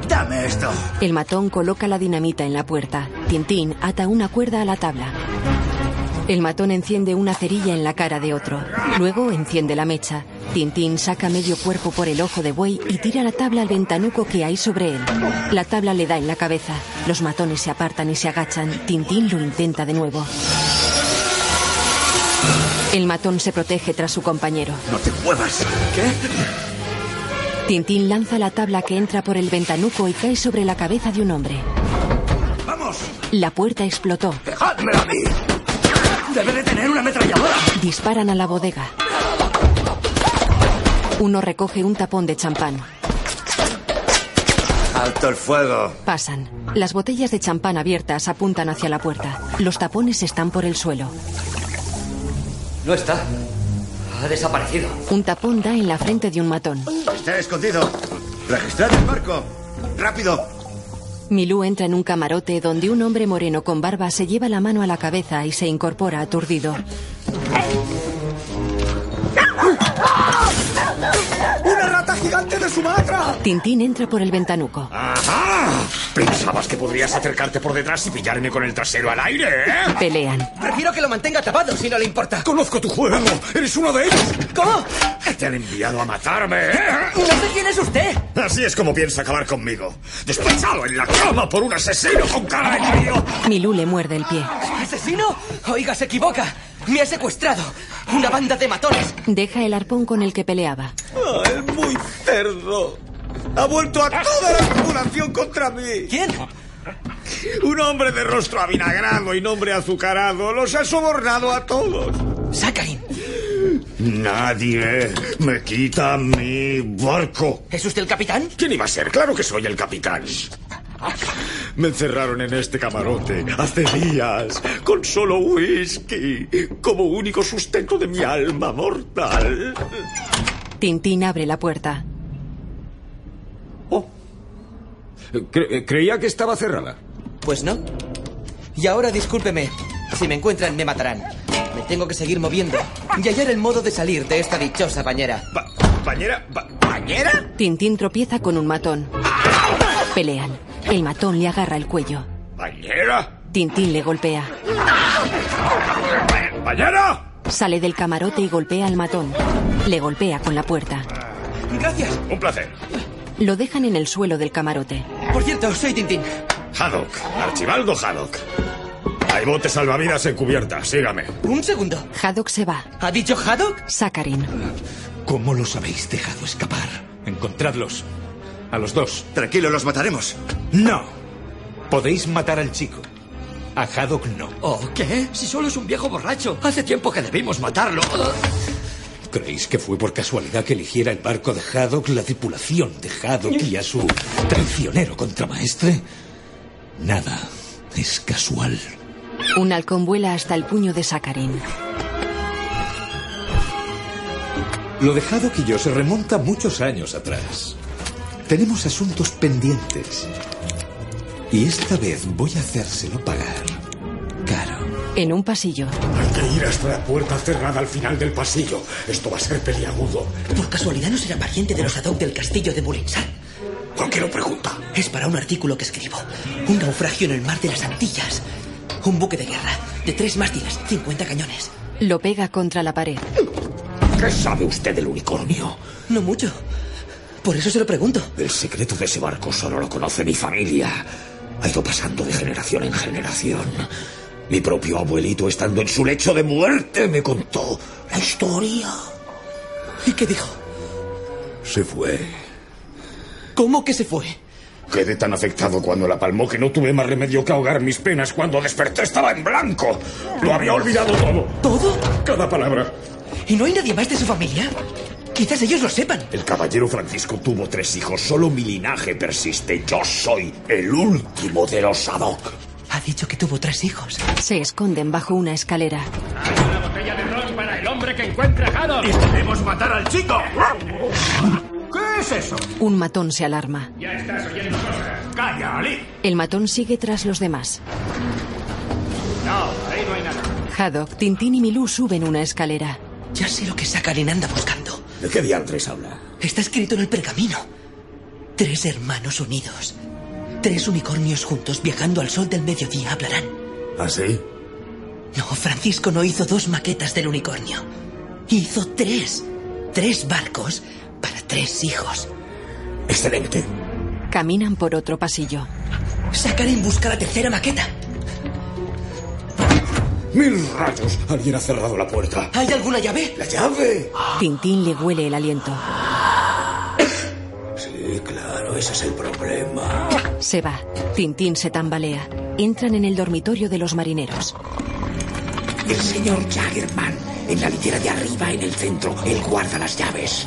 [SPEAKER 4] Dame esto.
[SPEAKER 2] El matón coloca la dinamita en la puerta. Tintín ata una cuerda a la tabla. El matón enciende una cerilla en la cara de otro. Luego enciende la mecha. Tintín saca medio cuerpo por el ojo de buey y tira la tabla al ventanuco que hay sobre él. La tabla le da en la cabeza. Los matones se apartan y se agachan. Tintín lo intenta de nuevo. El matón se protege tras su compañero.
[SPEAKER 4] No te muevas.
[SPEAKER 2] Tintín lanza la tabla que entra por el ventanuco y cae sobre la cabeza de un hombre.
[SPEAKER 9] ¡Vamos!
[SPEAKER 2] La puerta explotó.
[SPEAKER 9] ¡Dejádmelo a mí! ¡Debe de tener una ametralladora!
[SPEAKER 2] Disparan a la bodega. Uno recoge un tapón de champán.
[SPEAKER 4] Alto el fuego.
[SPEAKER 2] Pasan. Las botellas de champán abiertas apuntan hacia la puerta. Los tapones están por el suelo.
[SPEAKER 10] No está. Ha desaparecido.
[SPEAKER 2] Un tapón da en la frente de un matón.
[SPEAKER 14] Está escondido. Registrad el barco. Rápido.
[SPEAKER 2] Milú entra en un camarote donde un hombre moreno con barba se lleva la mano a la cabeza y se incorpora aturdido.
[SPEAKER 7] ¡Una rata gigante de Sumatra!
[SPEAKER 2] Tintín entra por el ventanuco.
[SPEAKER 8] ¡Ajá! Ah, Pensabas que podrías acercarte por detrás y pillarme con el trasero al aire, ¿eh?
[SPEAKER 2] Pelean.
[SPEAKER 5] Prefiero que lo mantenga tapado si no le importa.
[SPEAKER 8] Conozco tu juego. Eres uno de ellos.
[SPEAKER 5] ¿Cómo?
[SPEAKER 8] Te han enviado a matarme, ¿eh?
[SPEAKER 5] No sé quién es usted.
[SPEAKER 8] Así es como piensa acabar conmigo. Despachado en la cama por un asesino con cara de crío.
[SPEAKER 2] Milú le muerde el pie.
[SPEAKER 5] ¿Asesino? Oiga, se equivoca. Me ha secuestrado. Una banda de matones.
[SPEAKER 2] Deja el arpón con el que peleaba.
[SPEAKER 7] ¡El muy cerdo! ¡Ha vuelto a toda la tripulación contra mí!
[SPEAKER 5] ¿Quién?
[SPEAKER 7] Un hombre de rostro avinagrado y nombre azucarado los ha sobornado a todos.
[SPEAKER 5] Sakarin.
[SPEAKER 8] Nadie me quita mi barco.
[SPEAKER 5] ¿Es usted el capitán?
[SPEAKER 8] ¿Quién iba a ser? Claro que soy el capitán. Me encerraron en este camarote hace días con solo whisky como único sustento de mi alma mortal.
[SPEAKER 2] Tintín abre la puerta.
[SPEAKER 9] Oh.
[SPEAKER 8] Cre- creía que estaba cerrada.
[SPEAKER 5] Pues no. Y ahora discúlpeme. Si me encuentran, me matarán. Me tengo que seguir moviendo y hallar el modo de salir de esta dichosa bañera.
[SPEAKER 8] ¿Bañera? ¿Bañera?
[SPEAKER 2] Tintín tropieza con un matón. Pelean. El matón le agarra el cuello.
[SPEAKER 8] ¿Bañera?
[SPEAKER 2] Tintín le golpea.
[SPEAKER 8] ¡Bañera!
[SPEAKER 2] Sale del camarote y golpea al matón. Le golpea con la puerta.
[SPEAKER 5] Gracias.
[SPEAKER 8] Un placer.
[SPEAKER 2] Lo dejan en el suelo del camarote.
[SPEAKER 5] Por cierto, soy Tintín.
[SPEAKER 8] Haddock. Archibaldo Haddock. Hay botes salvavidas en cubierta. Sígame.
[SPEAKER 5] Un segundo.
[SPEAKER 2] Haddock se va.
[SPEAKER 5] ¿Ha dicho Haddock?
[SPEAKER 2] Sakarin.
[SPEAKER 9] ¿Cómo los habéis dejado escapar? Encontradlos. A los dos.
[SPEAKER 14] Tranquilo, los mataremos.
[SPEAKER 9] No. Podéis matar al chico. A Haddock no.
[SPEAKER 15] ¿O Oh, qué? Si solo es un viejo borracho. Hace tiempo que debimos matarlo.
[SPEAKER 9] ¿Creéis que fue por casualidad que eligiera el barco de Haddock, la tripulación de Haddock y a su traicionero contramaestre? Nada es casual.
[SPEAKER 2] Un halcón vuela hasta el puño de Sakarin.
[SPEAKER 9] Lo de Haddock y yo se remonta muchos años atrás. Tenemos asuntos pendientes. Y esta vez voy a hacérselo pagar.
[SPEAKER 2] En un pasillo.
[SPEAKER 8] Hay que ir hasta la puerta cerrada al final del pasillo. Esto va a ser peliagudo.
[SPEAKER 5] Por casualidad no será pariente de los Haddock del castillo de Bullinsar.
[SPEAKER 8] ¿Por qué lo pregunta?
[SPEAKER 5] Es para un artículo que escribo. Un naufragio en el mar de las Antillas. Un buque de guerra. De tres mástiles, 50 cañones.
[SPEAKER 2] Lo pega contra la pared.
[SPEAKER 8] ¿Qué sabe usted del unicornio?
[SPEAKER 5] No mucho. Por eso se lo pregunto.
[SPEAKER 8] El secreto de ese barco solo lo conoce mi familia. Ha ido pasando de generación en generación. Mi propio abuelito, estando en su lecho de muerte, me contó la historia.
[SPEAKER 5] ¿Y qué dijo?
[SPEAKER 8] Se fue.
[SPEAKER 5] ¿Cómo que se fue?
[SPEAKER 8] Quedé tan afectado cuando la palmó que no tuve más remedio que ahogar mis penas. Cuando desperté estaba en blanco. Lo había olvidado todo.
[SPEAKER 5] ¿Todo?
[SPEAKER 8] Cada palabra.
[SPEAKER 5] ¿Y no hay nadie más de su familia? Quizás ellos lo sepan.
[SPEAKER 8] El caballero Francisco tuvo tres hijos. Solo mi linaje persiste. Yo soy el último de los Sadoc.
[SPEAKER 5] Ha dicho que tuvo tres hijos.
[SPEAKER 2] Se esconden bajo una escalera.
[SPEAKER 16] botella de ron para el hombre que encuentra a Haddock.
[SPEAKER 8] ¡Y debemos matar al chico!
[SPEAKER 16] ¿Qué es eso?
[SPEAKER 2] Un matón se alarma.
[SPEAKER 16] Ya estás oyendo cosas. ¡Calla, Ali!
[SPEAKER 2] El matón sigue tras los demás.
[SPEAKER 16] No, ahí no hay nada.
[SPEAKER 2] Haddock, Tintín y Milú suben una escalera.
[SPEAKER 5] Ya sé lo que Sakarin anda buscando.
[SPEAKER 8] ¿De qué diantres habla?
[SPEAKER 5] Está escrito en el pergamino. Tres hermanos unidos. Tres unicornios juntos viajando al sol del mediodía hablarán.
[SPEAKER 8] ¿Ah, sí?
[SPEAKER 5] No, Francisco no hizo dos maquetas del unicornio. Hizo tres. Tres barcos para tres hijos.
[SPEAKER 8] Excelente.
[SPEAKER 2] Caminan por otro pasillo.
[SPEAKER 5] Sakarin busca la tercera maqueta.
[SPEAKER 8] ¡Mil rayos! Alguien ha cerrado la puerta.
[SPEAKER 5] ¿Hay alguna llave?
[SPEAKER 8] ¡La llave!
[SPEAKER 2] Tintín le huele el aliento.
[SPEAKER 8] Sí, claro, ese es el problema.
[SPEAKER 2] Se va. Tintín se tambalea. Entran en el dormitorio de los marineros.
[SPEAKER 4] El señor Jaggerman, en la litera de arriba, en el centro, él guarda las llaves.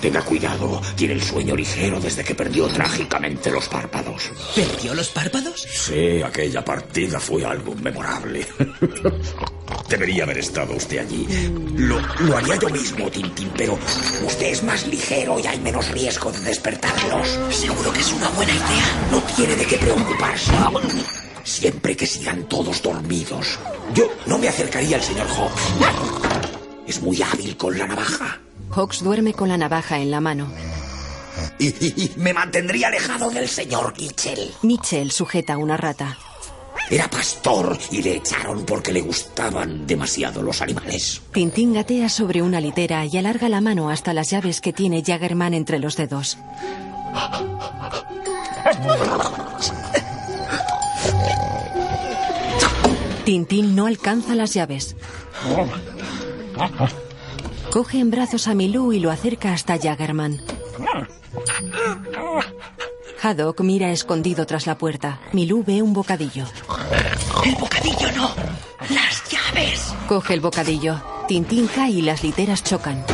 [SPEAKER 4] Tenga cuidado, tiene el sueño ligero desde que perdió trágicamente los párpados.
[SPEAKER 5] ¿Perdió los párpados?
[SPEAKER 8] Sí, aquella partida fue algo
[SPEAKER 4] <laughs>
[SPEAKER 8] memorable. Debería haber estado usted allí.
[SPEAKER 4] Lo, lo haría yo mismo, Tintín, pero usted es más ligero y hay menos riesgo de despertarlos.
[SPEAKER 5] Seguro que es una buena idea.
[SPEAKER 4] No tiene de qué preocuparse. Siempre que sigan todos dormidos. Yo no me acercaría al señor Hobbs. Es muy hábil con la navaja.
[SPEAKER 2] Hawks duerme con la navaja en la mano.
[SPEAKER 4] Y, y- y me mantendría alejado del señor Kitchell.
[SPEAKER 2] Mitchell sujeta una rata.
[SPEAKER 4] Era pastor y le echaron porque le gustaban demasiado los animales.
[SPEAKER 2] Tintín gatea sobre una litera y alarga la mano hasta las llaves que tiene Jaggerman entre los dedos. Tintín no alcanza las llaves. Coge en brazos a Milú y lo acerca hasta Jaggerman. Haddock mira escondido tras la puerta. Milú ve un bocadillo.
[SPEAKER 5] El bocadillo no. Las llaves.
[SPEAKER 2] Coge el bocadillo. Tintín cae y las literas chocan.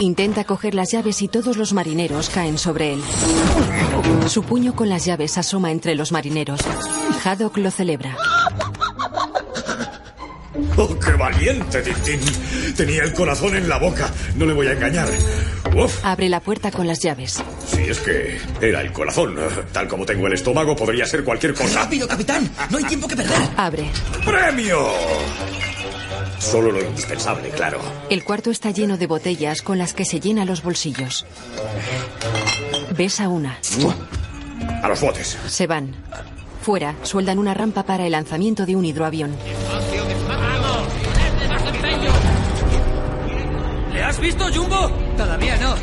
[SPEAKER 2] Intenta coger las llaves y todos los marineros caen sobre él. Su puño con las llaves asoma entre los marineros. Haddock lo celebra.
[SPEAKER 8] ¡Oh, qué valiente, Tintín! Tenía el corazón en la boca. No le voy a engañar. Uf,
[SPEAKER 2] Abre la puerta con las llaves.
[SPEAKER 8] si es que era el corazón. Tal como tengo el estómago, podría ser cualquier
[SPEAKER 15] Pues
[SPEAKER 8] cosa.
[SPEAKER 5] ¡Rápido, capitán! ¡No hay tiempo que perder!
[SPEAKER 2] Abre.
[SPEAKER 8] ¡Premio! Solo lo indispensable, claro.
[SPEAKER 2] El cuarto está lleno de botellas con las que se llena los bolsillos. Besa una.
[SPEAKER 8] A los botes.
[SPEAKER 2] Se van. Fuera, sueldan una rampa para el lanzamiento de un hidroavión.
[SPEAKER 15] ¿Le has visto, Jumbo? Todavía no.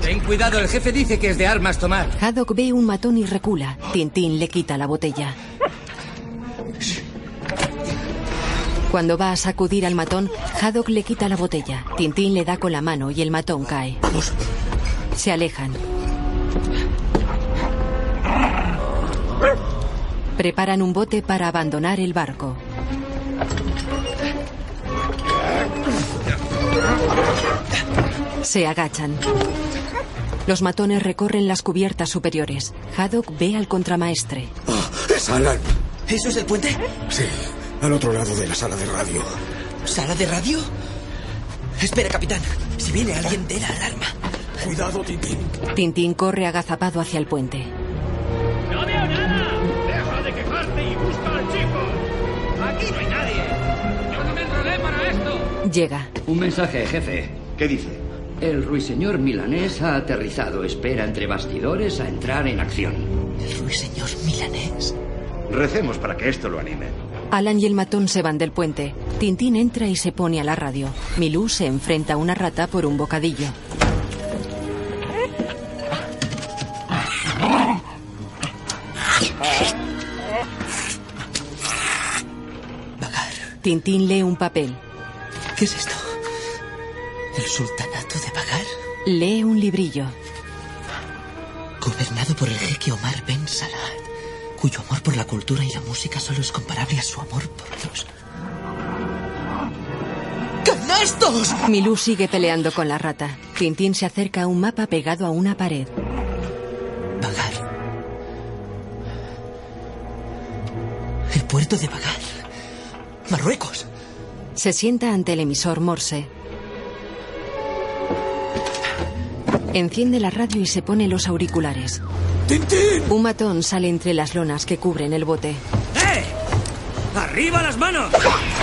[SPEAKER 15] Ten cuidado, el jefe dice que es de armas tomar.
[SPEAKER 2] Haddock ve un matón y recula. Tintín le quita la botella. Cuando va a sacudir al matón, Haddock le quita la botella. Tintín le da con la mano y el matón cae. Se alejan. Preparan un bote para abandonar el barco. Se agachan. Los matones recorren las cubiertas superiores. Haddock ve al contramaestre.
[SPEAKER 8] Esa alarma.
[SPEAKER 5] ¿Eso es el puente?
[SPEAKER 8] Sí, al otro lado de la sala de radio.
[SPEAKER 5] ¿Sala de radio? Espera, capitán. Si viene alguien, de la alarma.
[SPEAKER 13] Cuidado, Tintín.
[SPEAKER 2] Tintín corre agazapado hacia el puente.
[SPEAKER 16] ¡No veo nada! ¡Deja de quejarte y busca al chico! ¡Aquí no hay nadie! ¡Yo no me enrolé para esto!
[SPEAKER 2] Llega.
[SPEAKER 17] Un mensaje, jefe.
[SPEAKER 14] ¿Qué dice?
[SPEAKER 17] El ruiseñor milanés ha aterrizado. Espera entre bastidores a entrar en acción.
[SPEAKER 5] El ruiseñor milanés.
[SPEAKER 14] Recemos para que esto lo anime.
[SPEAKER 2] Alan y el matón se van del puente. Tintín entra y se pone a la radio. Milú se enfrenta a una rata por un bocadillo. Tintín lee un papel.
[SPEAKER 5] ¿Qué es esto? ¿El sultanato de Bagar?
[SPEAKER 2] Lee un librillo.
[SPEAKER 5] Gobernado por el jeque Omar Ben Salah, cuyo amor por la cultura y la música solo es comparable a su amor por Dios. ¡Canastos!
[SPEAKER 2] Milú sigue peleando con la rata. Tintín se acerca a un mapa pegado a una pared.
[SPEAKER 5] Bagar. El puerto de Bagar. Marruecos.
[SPEAKER 2] Se sienta ante el emisor Morse. Enciende la radio y se pone los auriculares. Un matón sale entre las lonas que cubren el bote.
[SPEAKER 15] ¡Eh! ¡Arriba las manos!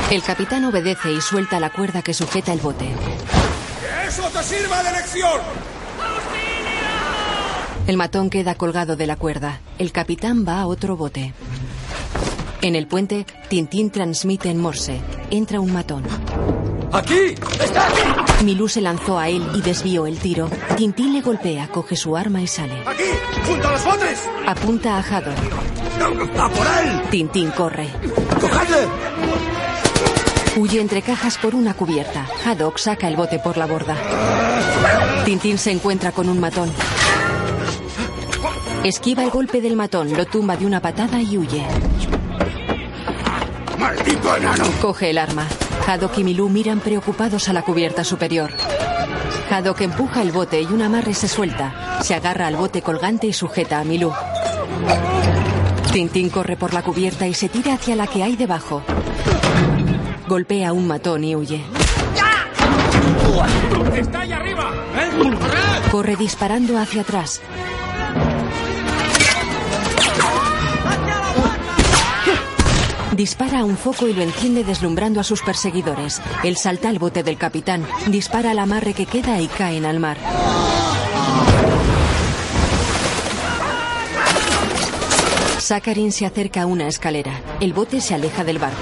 [SPEAKER 2] El capitán obedece y suelta la cuerda que sujeta el bote.
[SPEAKER 13] ¡Que eso te sirva de lección!
[SPEAKER 2] El matón queda colgado de la cuerda. El capitán va a otro bote. En el puente, Tintín transmite en Morse. Entra un matón.
[SPEAKER 15] ¡Aquí! ¡Está aquí!
[SPEAKER 2] Milú se lanzó a él y desvió el tiro. Tintín le golpea, coge su arma y sale.
[SPEAKER 13] ¡Aquí! ¡Junto a los botes!
[SPEAKER 2] Apunta a Haddock.
[SPEAKER 13] ¡A por él!
[SPEAKER 2] Tintín corre.
[SPEAKER 13] ¡Cogedle!
[SPEAKER 2] Huye entre cajas por una cubierta. Haddock saca el bote por la borda. Tintín se encuentra con un matón. Esquiva el golpe del matón, lo tumba de una patada y huye.
[SPEAKER 13] ¡Maldito enano!
[SPEAKER 2] Coge el arma. Haddock y Milú miran preocupados a la cubierta superior. Haddock empuja el bote y un amarre se suelta. Se agarra al bote colgante y sujeta a Milú. Tintín corre por la cubierta y se tira hacia la que hay debajo. Golpea a un matón y huye.
[SPEAKER 16] ¡Está ahí arriba! ¡Eh!
[SPEAKER 2] Corre disparando hacia atrás. Dispara a un foco y lo enciende deslumbrando a sus perseguidores. Él salta al bote del capitán, dispara al amarre que queda y caen al mar. Sakarin se acerca a una escalera. El bote se aleja del barco.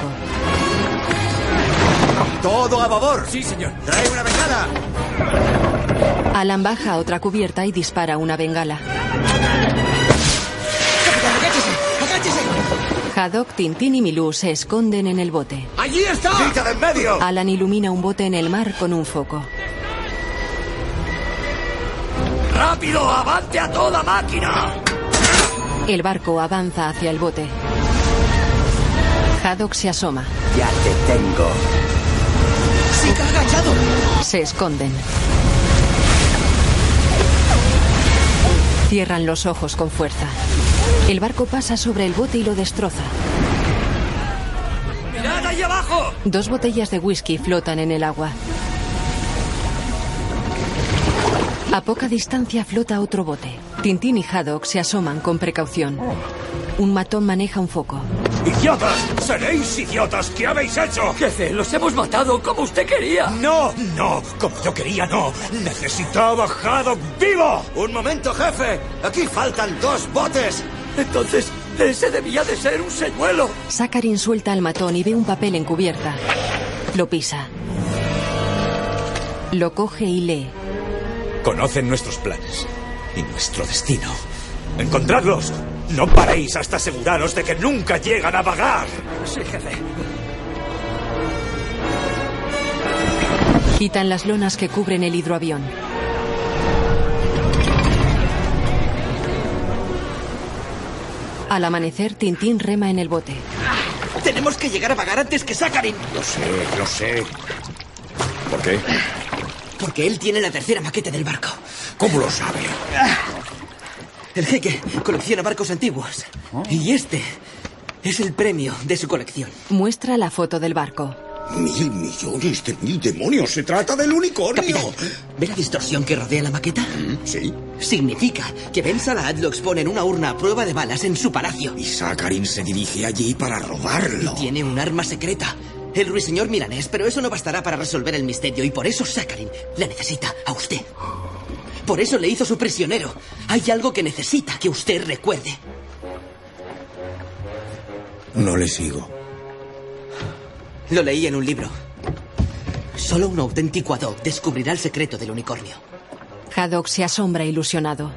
[SPEAKER 14] ¡Todo a babor!
[SPEAKER 15] Sí, señor.
[SPEAKER 14] ¡Trae una vengada!
[SPEAKER 2] Alan baja a otra cubierta y dispara una bengala.
[SPEAKER 5] ¡Capitán, agáchese! ¡Agáchese!
[SPEAKER 2] Haddock, Tintín y Milú se esconden en el bote.
[SPEAKER 15] ¡Allí está!
[SPEAKER 7] ¡Ah!
[SPEAKER 14] ¡Quita de en medio!
[SPEAKER 2] Alan ilumina un bote en el mar con un foco.
[SPEAKER 15] ¡Rápido! ¡Avante a toda máquina!
[SPEAKER 2] El barco avanza hacia el bote. Haddock se asoma.
[SPEAKER 4] Ya te tengo.
[SPEAKER 5] ¡Se ha agachado!
[SPEAKER 2] Se esconden. Cierran los ojos con fuerza. El barco pasa sobre el bote y lo destroza.
[SPEAKER 18] ¡Mirad ahí abajo!
[SPEAKER 2] Dos botellas de whisky flotan en el agua. A poca distancia flota otro bote. Tintín y Haddock se asoman con precaución. Un matón maneja un foco.
[SPEAKER 8] ¡Idiotas! ¡Seréis idiotas! ¿Qué habéis hecho?
[SPEAKER 18] Jefe, los hemos matado como usted quería.
[SPEAKER 8] No, no, como yo quería, no. Necesitaba Haddock vivo.
[SPEAKER 19] Un momento, jefe. Aquí faltan dos botes.
[SPEAKER 18] Entonces, ese debía de ser un señuelo.
[SPEAKER 2] Sakarin suelta al matón y ve un papel en cubierta. Lo pisa. Lo coge y lee.
[SPEAKER 8] Conocen nuestros planes y nuestro destino. ¡Encontradlos! No paréis hasta aseguraros de que nunca llegan a vagar.
[SPEAKER 18] Sí, jefe.
[SPEAKER 2] Quitan las lonas que cubren el hidroavión. Al amanecer, Tintín rema en el bote.
[SPEAKER 5] Tenemos que llegar a vagar antes que Sakarin.
[SPEAKER 20] Lo sé,
[SPEAKER 8] Eh,
[SPEAKER 20] lo sé.
[SPEAKER 19] ¿Por qué?
[SPEAKER 5] Porque él tiene la tercera maqueta del barco.
[SPEAKER 20] ¿Cómo lo sabe?
[SPEAKER 5] El jeque colecciona barcos antiguos.
[SPEAKER 20] ¿Ah?
[SPEAKER 5] Y este es el premio de su colección.
[SPEAKER 2] Muestra la foto del barco.
[SPEAKER 20] Mil millones de mil demonios. Se trata del unicornio.
[SPEAKER 5] ¿Ve la distorsión que rodea la maqueta?
[SPEAKER 20] Sí.
[SPEAKER 5] Significa que Ben Salad lo expone en una urna a prueba de balas en su palacio.
[SPEAKER 20] Y Sakarin se dirige allí para robarlo.
[SPEAKER 5] Y tiene un arma secreta. El ruiseñor milanés, pero eso no bastará para resolver el misterio y por eso Sakarin la necesita a usted. Por eso le hizo su prisionero. Hay algo que necesita que usted recuerde.
[SPEAKER 20] No le sigo.
[SPEAKER 5] Lo leí en un libro. Solo un auténtico Haddock descubrirá el secreto del unicornio.
[SPEAKER 2] Haddock se asombra ilusionado.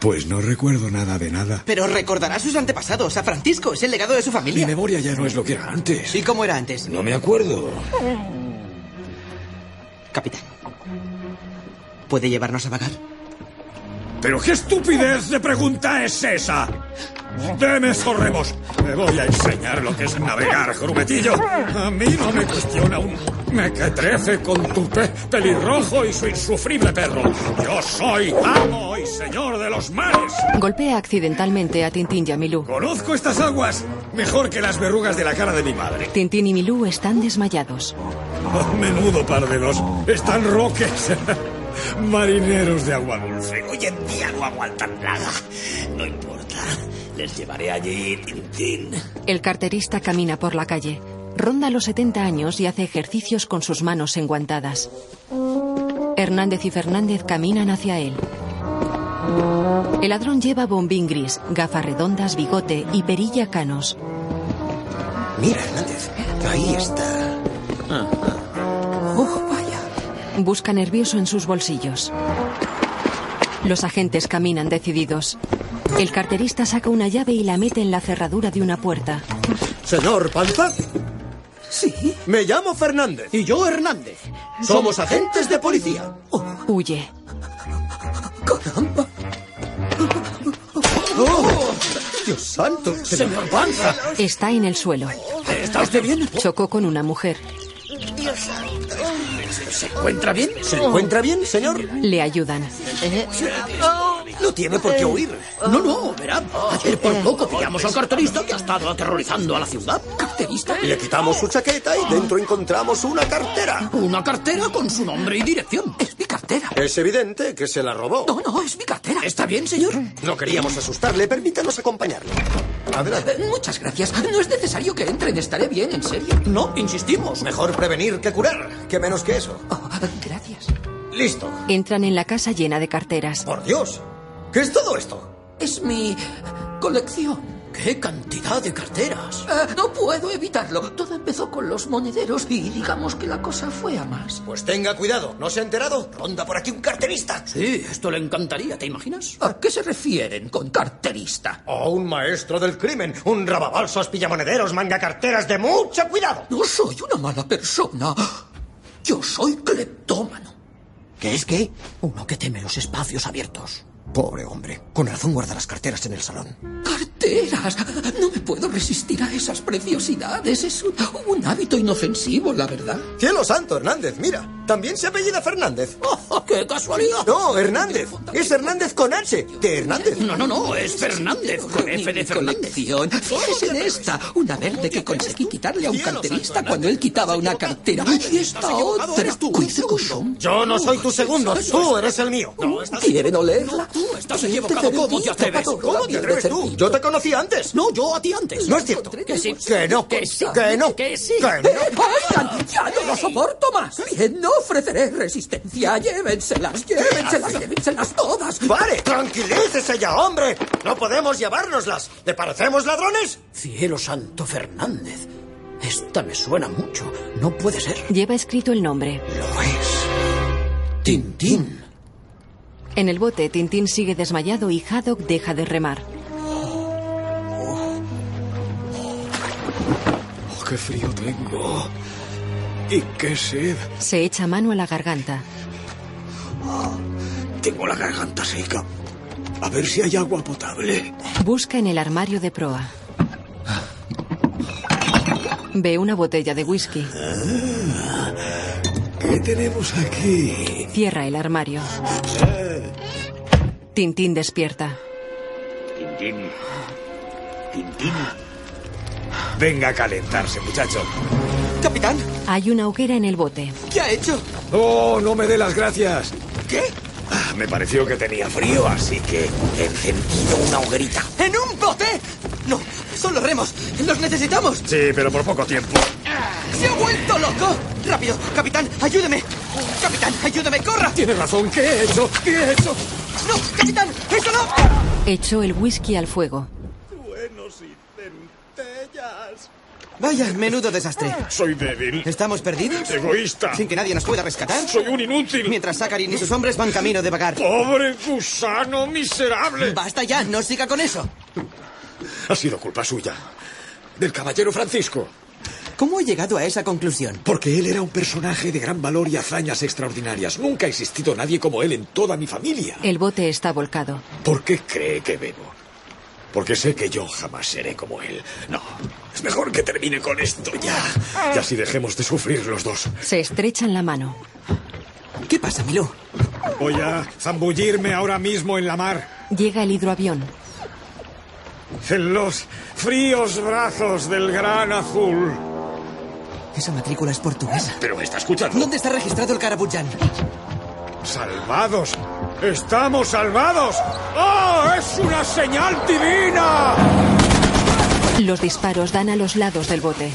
[SPEAKER 20] Pues no recuerdo nada de nada.
[SPEAKER 5] Pero recordará a sus antepasados, a Francisco, es el legado de su
[SPEAKER 20] Mi
[SPEAKER 5] familia.
[SPEAKER 20] memoria ya no es lo que era antes.
[SPEAKER 5] ¿Y cómo era antes?
[SPEAKER 20] No me acuerdo.
[SPEAKER 5] Capitán. ¿Puede llevarnos a vagar?
[SPEAKER 8] ¿Pero qué estupidez de pregunta es esa? Deme sorremos. Me voy a enseñar lo que es navegar, grumetillo. A mí no me cuestiona un mequetrefe con tu pe pelirrojo y su insufrible perro. Yo soy amo y señor de los mares.
[SPEAKER 2] Golpea accidentalmente a Tintín y a Milú.
[SPEAKER 8] Conozco estas aguas mejor que las verrugas de la cara de mi madre.
[SPEAKER 2] Tintín y Milú están desmayados.
[SPEAKER 8] Oh, menudo par de dos. Están roques. <laughs> Marineros de agua dulce.
[SPEAKER 20] Hoy en día no aguantan nada. No importa. Les llevaré allí, Tintín.
[SPEAKER 2] El carterista camina por la calle. Ronda los 70 años y hace ejercicios con sus manos enguantadas. Hernández y Fernández caminan hacia él. El ladrón lleva bombín gris, gafas redondas, bigote y perilla canos.
[SPEAKER 21] Mira, Hernández. Ahí está. Ojo, vaya.
[SPEAKER 2] Busca nervioso en sus bolsillos. Los agentes caminan decididos. El carterista saca una llave y la mete en la cerradura de una puerta.
[SPEAKER 7] Señor Panza. Sí. Me llamo Fernández. Y yo Hernández. Somos agentes de policía.
[SPEAKER 2] Huye.
[SPEAKER 7] ¡Oh! ¡Dios santo! Señor Panza.
[SPEAKER 2] Está en el suelo.
[SPEAKER 7] ¿Está usted bien?
[SPEAKER 2] Chocó con una mujer.
[SPEAKER 7] Dios santo.
[SPEAKER 20] ¿Se encuentra bien?
[SPEAKER 7] ¿Se encuentra bien, señor?
[SPEAKER 2] Le ayudan.
[SPEAKER 7] No tiene por qué huir. No, no, verá. Ayer
[SPEAKER 5] Eh,
[SPEAKER 7] por poco pillamos a un carterista que ha estado aterrorizando a la ciudad. ¿Carterista? Le quitamos su chaqueta y dentro encontramos una cartera.
[SPEAKER 5] Una cartera con su nombre y dirección. Es mi cartera.
[SPEAKER 7] Es evidente que se la robó.
[SPEAKER 5] No, no, es mi cartera.
[SPEAKER 7] ¿Está bien, señor? No queríamos asustarle. Permítanos acompañarlo. Adelante.
[SPEAKER 5] Eh, Muchas gracias. No es necesario que entren. Estaré bien, en serio.
[SPEAKER 7] No, insistimos. Mejor prevenir que curar. ¿Qué menos que eso?
[SPEAKER 5] Oh, Gracias.
[SPEAKER 7] Listo.
[SPEAKER 2] Entran en la casa llena de carteras.
[SPEAKER 7] Por Dios. ¿Qué es todo esto?
[SPEAKER 5] Es mi colección.
[SPEAKER 7] ¡Qué cantidad de carteras!
[SPEAKER 5] Eh, no puedo evitarlo. Todo empezó con los monederos y digamos que la cosa fue a más.
[SPEAKER 7] Pues tenga cuidado. ¿No se ha enterado? Ronda por aquí un carterista.
[SPEAKER 5] Sí, esto le encantaría, ¿te imaginas? ¿A qué se refieren con carterista?
[SPEAKER 7] Oh, un maestro del crimen. Un rababalsos, pillamonederos, manga carteras de mucho cuidado.
[SPEAKER 5] No soy una mala persona. Yo soy cleptómano.
[SPEAKER 7] ¿Qué es qué?
[SPEAKER 5] Uno que teme los espacios abiertos.
[SPEAKER 7] Pobre hombre. Con razón guarda las carteras en el salón.
[SPEAKER 10] ¡Carteras! No me puedo resistir a esas preciosidades. Es un, un hábito inofensivo,
[SPEAKER 5] <laughs>
[SPEAKER 10] la verdad.
[SPEAKER 7] Cielo santo, Hernández, mira. También se apellida Fernández. ¡Qué casualidad! No, Hernández. Es Hernández con H. De Hernández.
[SPEAKER 10] No, no, no, es Fernández, con F de Fernández. Fíjese en esta, una verde que conseguí quitarle a un carterista cuando él quitaba una cartera. Y esta otra, cuidadosón.
[SPEAKER 7] Yo no soy tu segundo, tú eres el mío.
[SPEAKER 10] ¿Quieren olerla?
[SPEAKER 7] Tú estás
[SPEAKER 10] equivocado, ¿cómo te atreves?
[SPEAKER 7] ¿Cómo te atreves tú? Yo te conocí antes. No, yo a ti antes. No es cierto. Que sí. Que no. Que sí. Que no. Que sí.
[SPEAKER 10] Eh, ¡Oigan! ¡Ya no lo soporto más! Bien, no ofreceré resistencia. Llévenselas, llévenselas, llévenselas todas.
[SPEAKER 7] ¡Vale! ¡Tranquilícese ya, hombre! No podemos llevárnoslas. ¿Te parecemos ladrones?
[SPEAKER 5] Cielo santo Fernández. Esta me suena mucho.
[SPEAKER 2] No puede ser. Lleva escrito el nombre.
[SPEAKER 5] Lo es. Tintín.
[SPEAKER 2] En el bote, Tintín sigue desmayado y Haddock deja de remar.
[SPEAKER 8] Oh, qué frío tengo. Y qué sed.
[SPEAKER 2] Se echa mano a la garganta.
[SPEAKER 8] Tengo la garganta seca. A ver si hay agua potable.
[SPEAKER 2] Busca en el armario de proa. Ve una botella de whisky.
[SPEAKER 8] Ah, ¿Qué tenemos aquí?
[SPEAKER 2] Cierra el armario. Tintín despierta.
[SPEAKER 22] Tintín. Tintín.
[SPEAKER 8] Venga a calentarse, muchacho.
[SPEAKER 7] Capitán,
[SPEAKER 2] Hay una hoguera en el bote.
[SPEAKER 7] ¿qué ha hecho?
[SPEAKER 8] Oh, no me dé las gracias.
[SPEAKER 7] ¿Qué?
[SPEAKER 8] Ah, Me pareció que tenía frío, así que he encendido una hoguerita.
[SPEAKER 5] ¿En un bote? No, son los remos. Los necesitamos.
[SPEAKER 8] Sí, pero por poco tiempo.
[SPEAKER 5] ¡Se ha vuelto loco! ¡Rápido! Capitán, ayúdeme. Capitán, ayúdame, corra.
[SPEAKER 8] Tiene razón. ¿Qué he hecho? ¿Qué he hecho?
[SPEAKER 5] No, capitán, eso no.
[SPEAKER 2] Echó el whisky al fuego.
[SPEAKER 5] Buenos y centellas. Vaya, menudo desastre.
[SPEAKER 8] Soy débil.
[SPEAKER 5] ¿Estamos perdidos?
[SPEAKER 8] Egoísta.
[SPEAKER 5] Sin que nadie nos pueda rescatar.
[SPEAKER 8] Soy un inútil.
[SPEAKER 5] Mientras Sakarin y sus hombres van camino de vagar.
[SPEAKER 8] Pobre gusano miserable.
[SPEAKER 5] Basta ya, no siga con eso.
[SPEAKER 8] Ha sido culpa suya. Del caballero Francisco.
[SPEAKER 5] ¿Cómo he llegado a esa conclusión?
[SPEAKER 8] Porque él era un personaje de gran valor y hazañas extraordinarias. Nunca ha existido nadie como él en toda mi familia.
[SPEAKER 2] El bote está volcado.
[SPEAKER 8] ¿Por qué cree que bebo? Porque sé que yo jamás seré como él. No. Es mejor que termine con esto ya. Y así dejemos de sufrir los dos.
[SPEAKER 2] Se estrechan la mano.
[SPEAKER 5] ¿Qué pasa, Milú?
[SPEAKER 8] Voy a zambullirme ahora mismo en la mar.
[SPEAKER 2] Llega el hidroavión.
[SPEAKER 8] En los fríos brazos del gran azul.
[SPEAKER 5] Esa matrícula es portuguesa.
[SPEAKER 22] Pero me está escuchando.
[SPEAKER 5] ¿Dónde está registrado el Carabuján?
[SPEAKER 8] ¡Salvados! ¡Estamos salvados! ¡Oh! ¡Es una señal divina!
[SPEAKER 2] Los disparos dan a los lados del bote.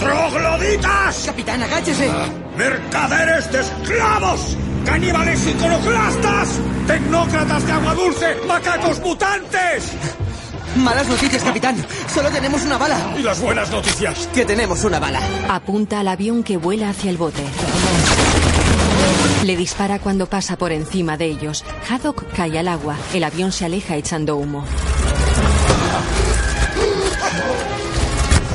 [SPEAKER 8] ¡Trogloditas!
[SPEAKER 5] Capitán, agáchese.
[SPEAKER 8] ¡Mercaderes de esclavos! ¡Caníbales iconoclastas! ¡Tecnócratas de agua dulce! ¡Macacos mutantes!
[SPEAKER 5] Malas noticias, capitán. Solo tenemos una bala.
[SPEAKER 8] Y las buenas noticias.
[SPEAKER 5] Que tenemos una bala.
[SPEAKER 2] Apunta al avión que vuela hacia el bote. Le dispara cuando pasa por encima de ellos. Haddock cae al agua. El avión se aleja echando humo.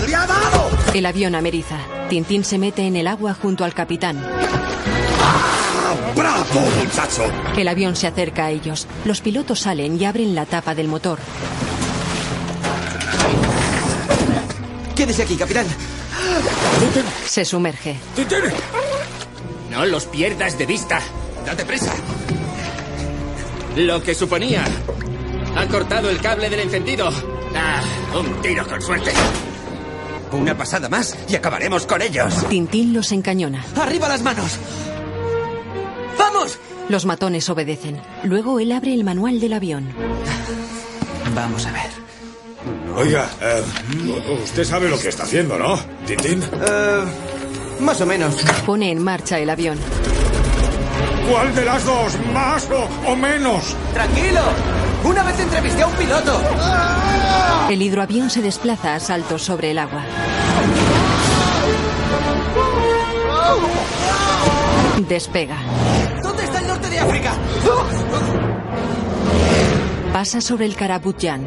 [SPEAKER 7] ¡Le ha dado!
[SPEAKER 2] El avión ameriza. Tintín se mete en el agua junto al capitán.
[SPEAKER 8] ¡Bravo, muchacho!
[SPEAKER 2] El avión se acerca a ellos. Los pilotos salen y abren la tapa del motor.
[SPEAKER 5] Quédese aquí, capitán.
[SPEAKER 2] Se sumerge.
[SPEAKER 23] No los pierdas de vista. Date presa. Lo que suponía. Ha cortado el cable del encendido. Ah, un tiro con suerte.
[SPEAKER 7] Una pasada más y acabaremos con ellos.
[SPEAKER 2] Tintín los encañona.
[SPEAKER 5] ¡Arriba las manos! ¡Vamos!
[SPEAKER 2] Los matones obedecen. Luego él abre el manual del avión.
[SPEAKER 5] Vamos a ver.
[SPEAKER 8] Oiga, eh, usted sabe lo que está haciendo, ¿no? Tintín.
[SPEAKER 5] Eh, más o menos.
[SPEAKER 2] Pone en marcha el avión.
[SPEAKER 8] ¿Cuál de las dos? ¿Más o, o menos?
[SPEAKER 5] ¡Tranquilo! Una vez entrevisté a un piloto.
[SPEAKER 2] El hidroavión se desplaza a saltos sobre el agua. Despega.
[SPEAKER 5] ¿Dónde está el norte de África?
[SPEAKER 2] Pasa sobre el Karabutyan.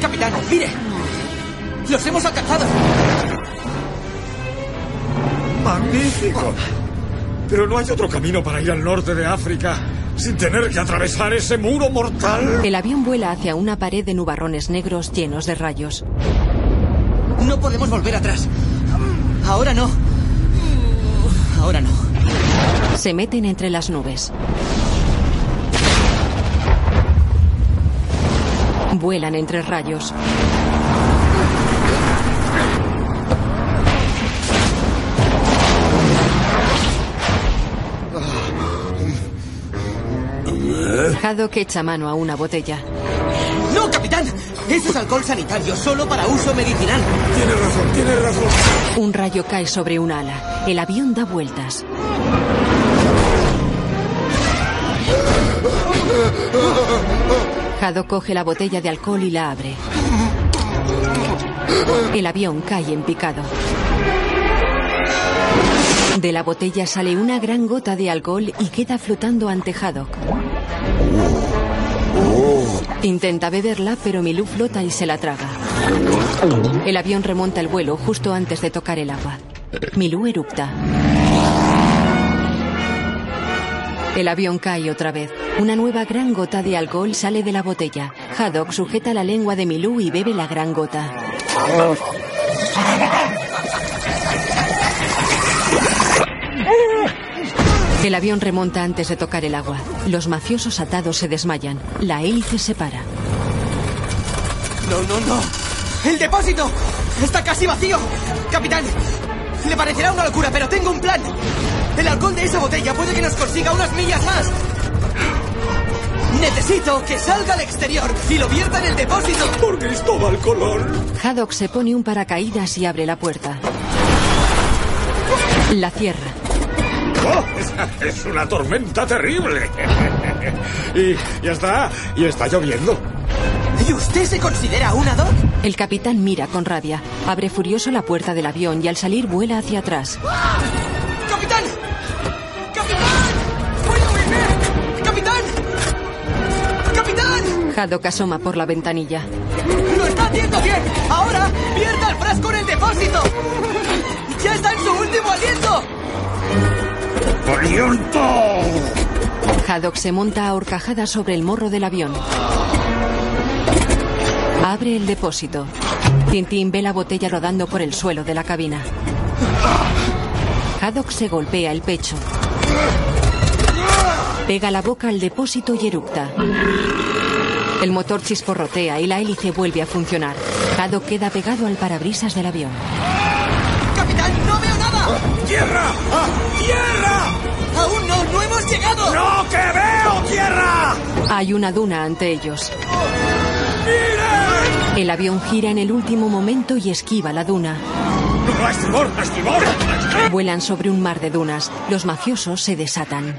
[SPEAKER 5] Capitán, mire. ¡Los hemos alcanzado!
[SPEAKER 24] ¡Magnífico! Pero no hay otro camino para ir al norte de África sin tener que atravesar ese muro mortal.
[SPEAKER 2] El avión vuela hacia una pared de nubarrones negros llenos de rayos.
[SPEAKER 5] No podemos volver atrás. Ahora no. Ahora no.
[SPEAKER 2] Se meten entre las nubes. Vuelan entre rayos. Haddock echa mano a una botella.
[SPEAKER 5] ¡No, capitán! Eso es alcohol sanitario, solo para uso medicinal.
[SPEAKER 24] Tiene razón, tiene razón.
[SPEAKER 2] Un rayo cae sobre un ala. El avión da vueltas. Haddock coge la botella de alcohol y la abre. El avión cae en picado. De la botella sale una gran gota de alcohol y queda flotando ante Haddock. Intenta beberla, pero Milú flota y se la traga. El avión remonta el vuelo justo antes de tocar el agua. Milú erupta. El avión cae otra vez. Una nueva gran gota de alcohol sale de la botella. Haddock sujeta la lengua de Milú y bebe la gran gota. El avión remonta antes de tocar el agua. Los mafiosos atados se desmayan. La hélice se para.
[SPEAKER 5] No, no, no. ¡El depósito! ¡Está casi vacío! Capitán, le parecerá una locura, pero tengo un plan. El alcohol de esa botella puede que nos consiga unas millas más. Necesito que salga al exterior y lo vierta en el depósito.
[SPEAKER 24] Por Cristóbal Colón.
[SPEAKER 2] Haddock se pone un paracaídas y abre la puerta. La cierra.
[SPEAKER 24] ¡Oh! <laughs> Es- Es una tormenta terrible. <laughs> Y ya está, y está lloviendo.
[SPEAKER 5] ¿Y usted se considera una doc?
[SPEAKER 2] El capitán mira con rabia. Abre furioso la puerta del avión y al salir vuela hacia atrás.
[SPEAKER 5] ¡Capitán! ¡Capitán! ¡Capitán!
[SPEAKER 2] Haddock asoma por la ventanilla.
[SPEAKER 5] ¡Lo está haciendo bien! ¡Ahora vierta el frasco en el depósito! ¡Ya está en su último aliento!
[SPEAKER 2] Haddock se monta a horcajadas sobre el morro del avión. Abre el depósito. Tintín ve la botella rodando por el suelo de la cabina. Haddock se golpea el pecho. Pega la boca al depósito y eructa. El motor chisporrotea y la hélice vuelve a funcionar. Haddock queda pegado al parabrisas del avión.
[SPEAKER 5] ¡Capitán, no veo nada!
[SPEAKER 24] ¡Tierra! ¡Ah! ¡Tierra!
[SPEAKER 5] ¡Aún no! ¡No hemos llegado!
[SPEAKER 24] ¡No, que veo tierra!
[SPEAKER 2] Hay una duna ante ellos. El avión gira en el último momento y esquiva la duna.
[SPEAKER 24] ¡A estribor, a estribor!
[SPEAKER 2] Vuelan sobre un mar de dunas. Los mafiosos se desatan.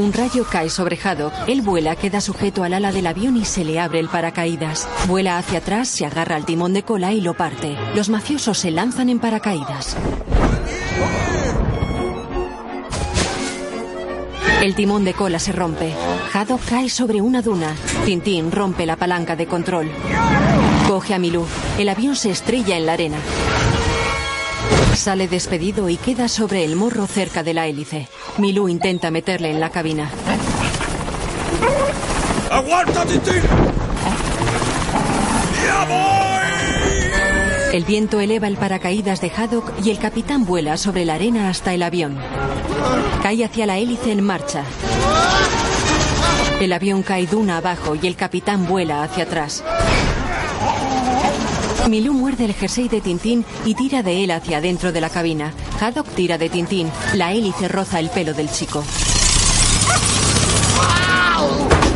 [SPEAKER 2] Un rayo cae sobre Haddock. Él vuela, queda sujeto al ala del avión y se le abre el paracaídas. Vuela hacia atrás, se agarra al timón de cola y lo parte. Los mafiosos se lanzan en paracaídas. El timón de cola se rompe. Haddock cae sobre una duna. Tintín rompe la palanca de control. Coge a Milú. El avión se estrella en la arena. Sale despedido y queda sobre el morro cerca de la hélice. Milú intenta meterle en la cabina.
[SPEAKER 24] ¡Aguanta, Tintín!
[SPEAKER 2] El viento eleva el paracaídas de Haddock y el capitán vuela sobre la arena hasta el avión. Cae hacia la hélice en marcha. El avión cae duna abajo y el capitán vuela hacia atrás. Milú muerde el jersey de Tintín y tira de él hacia adentro de la cabina. Haddock tira de Tintín. La hélice roza el pelo del chico.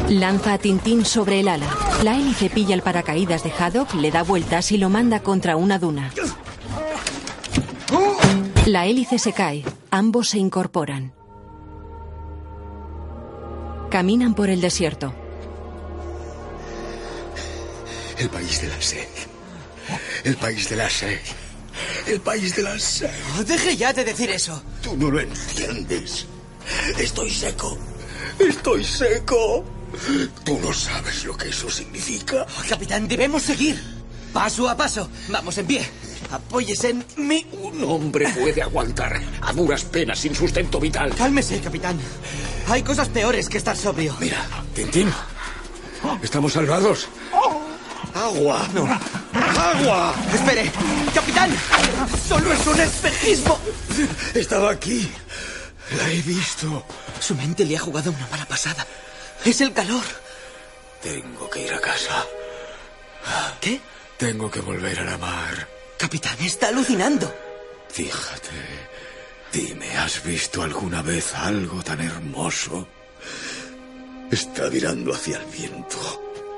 [SPEAKER 2] Lanza a Tintín sobre el ala. La hélice pilla el paracaídas de Haddock, le da vueltas y lo manda contra una duna. La hélice se cae. Ambos se incorporan. Caminan por el desierto.
[SPEAKER 14] El país de la sed. El país de la sed. El país de la sed.
[SPEAKER 5] Deje ya de decir eso.
[SPEAKER 14] Tú no lo entiendes. Estoy seco. Estoy seco. Tú no sabes lo que eso significa.
[SPEAKER 5] Oh, Capitán, debemos seguir. Paso a paso. Vamos en pie. Apóyese en mí.
[SPEAKER 8] Un hombre puede aguantar a duras penas sin sustento vital.
[SPEAKER 5] Cálmese, capitán. Hay cosas peores que estar sobrio.
[SPEAKER 14] Mira, Tintín. Estamos salvados.
[SPEAKER 25] ¡Agua! ¡Agua!
[SPEAKER 5] ¡Espere! ¡Capitán! ¡Solo es un espejismo!
[SPEAKER 14] Estaba aquí. La he visto.
[SPEAKER 5] Su mente le ha jugado una mala pasada. Es el calor.
[SPEAKER 14] Tengo que ir a casa.
[SPEAKER 5] ¿Qué?
[SPEAKER 14] Tengo que volver a la mar.
[SPEAKER 5] Capitán, está alucinando.
[SPEAKER 14] Fíjate. Dime, ¿has visto alguna vez algo tan hermoso? Está virando hacia el viento,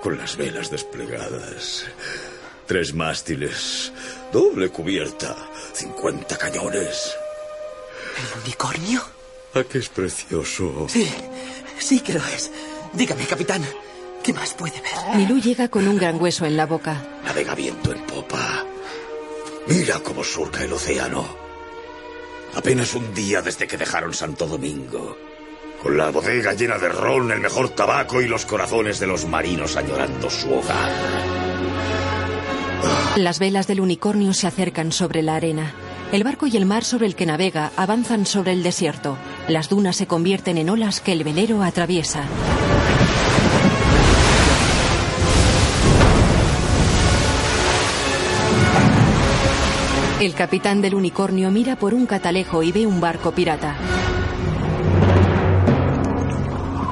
[SPEAKER 14] con las velas desplegadas. Tres mástiles, doble cubierta, 50 cañones.
[SPEAKER 5] ¿El unicornio?
[SPEAKER 14] ¿A qué es precioso?
[SPEAKER 5] Sí, sí que lo es. Dígame, capitán, ¿qué más puede ver?
[SPEAKER 2] Milú llega con un gran hueso en la boca.
[SPEAKER 8] Navega viento en popa. Mira cómo surca el océano. Apenas un día desde que dejaron Santo Domingo. Con la bodega llena de ron, el mejor tabaco y los corazones de los marinos añorando su hogar.
[SPEAKER 2] Las velas del unicornio se acercan sobre la arena. El barco y el mar sobre el que navega avanzan sobre el desierto. Las dunas se convierten en olas que el velero atraviesa. El capitán del unicornio mira por un catalejo y ve un barco pirata.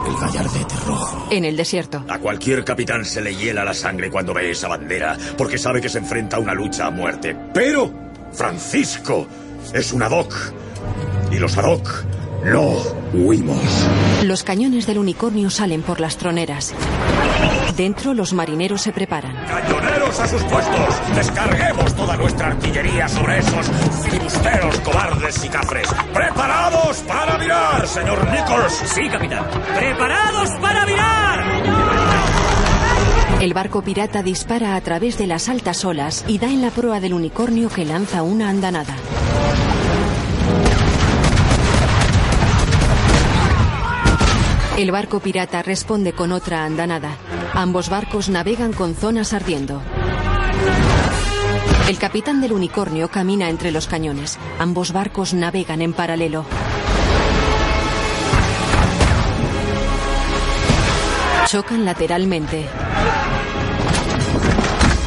[SPEAKER 8] El gallardete rojo.
[SPEAKER 2] En el desierto,
[SPEAKER 8] A cualquier capitán se le hiela la sangre cuando ve esa bandera, porque sabe que se enfrenta a una lucha a muerte. Pero Francisco es un adoc. Y los adoc no huimos.
[SPEAKER 2] los cañones del unicornio salen por las troneras. Dentro, los marineros se preparan.
[SPEAKER 8] ¡Cañoneros a sus puestos! ¡Descarguemos toda nuestra artillería sobre esos filibusteros cobardes y cafres! ¡Preparados para mirar, señor Nichols! Sí, capitán.
[SPEAKER 13] ¡Preparados para mirar!
[SPEAKER 2] El barco pirata dispara a través de las altas olas y da en la proa del unicornio que lanza una andanada. El barco pirata responde con otra andanada. Ambos barcos navegan con zonas ardiendo. El capitán del unicornio camina entre los cañones. Ambos barcos navegan en paralelo. Chocan lateralmente.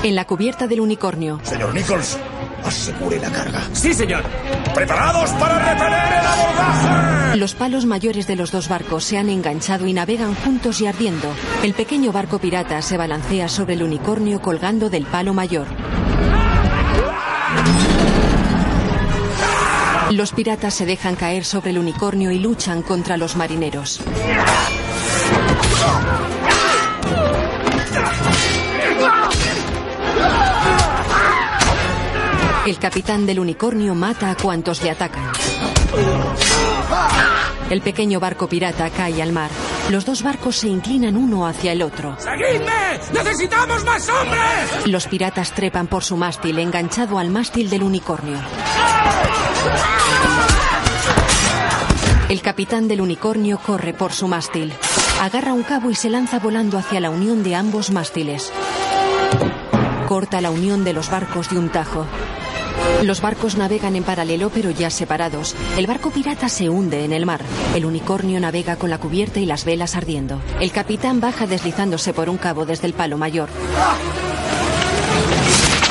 [SPEAKER 2] En la cubierta del unicornio,
[SPEAKER 8] Señor Nichols, asegure la carga.
[SPEAKER 13] Sí, señor.
[SPEAKER 8] ¡Preparados para repeler el abordaje!
[SPEAKER 2] Los palos mayores de los dos barcos se han enganchado y navegan juntos y ardiendo. El pequeño barco pirata se balancea sobre el unicornio colgando del palo mayor. Los piratas se dejan caer sobre el unicornio y luchan contra los marineros. El capitán del unicornio mata a cuantos le atacan. El pequeño barco pirata cae al mar. Los dos barcos se inclinan uno hacia el otro.
[SPEAKER 13] ¡Seguidme! ¡Necesitamos más hombres!
[SPEAKER 2] Los piratas trepan por su mástil enganchado al mástil del unicornio. El capitán del unicornio corre por su mástil. Agarra un cabo y se lanza volando hacia la unión de ambos mástiles. Corta la unión de los barcos de un tajo. Los barcos navegan en paralelo pero ya separados. El barco pirata se hunde en el mar. El unicornio navega con la cubierta y las velas ardiendo. El capitán baja deslizándose por un cabo desde el palo mayor.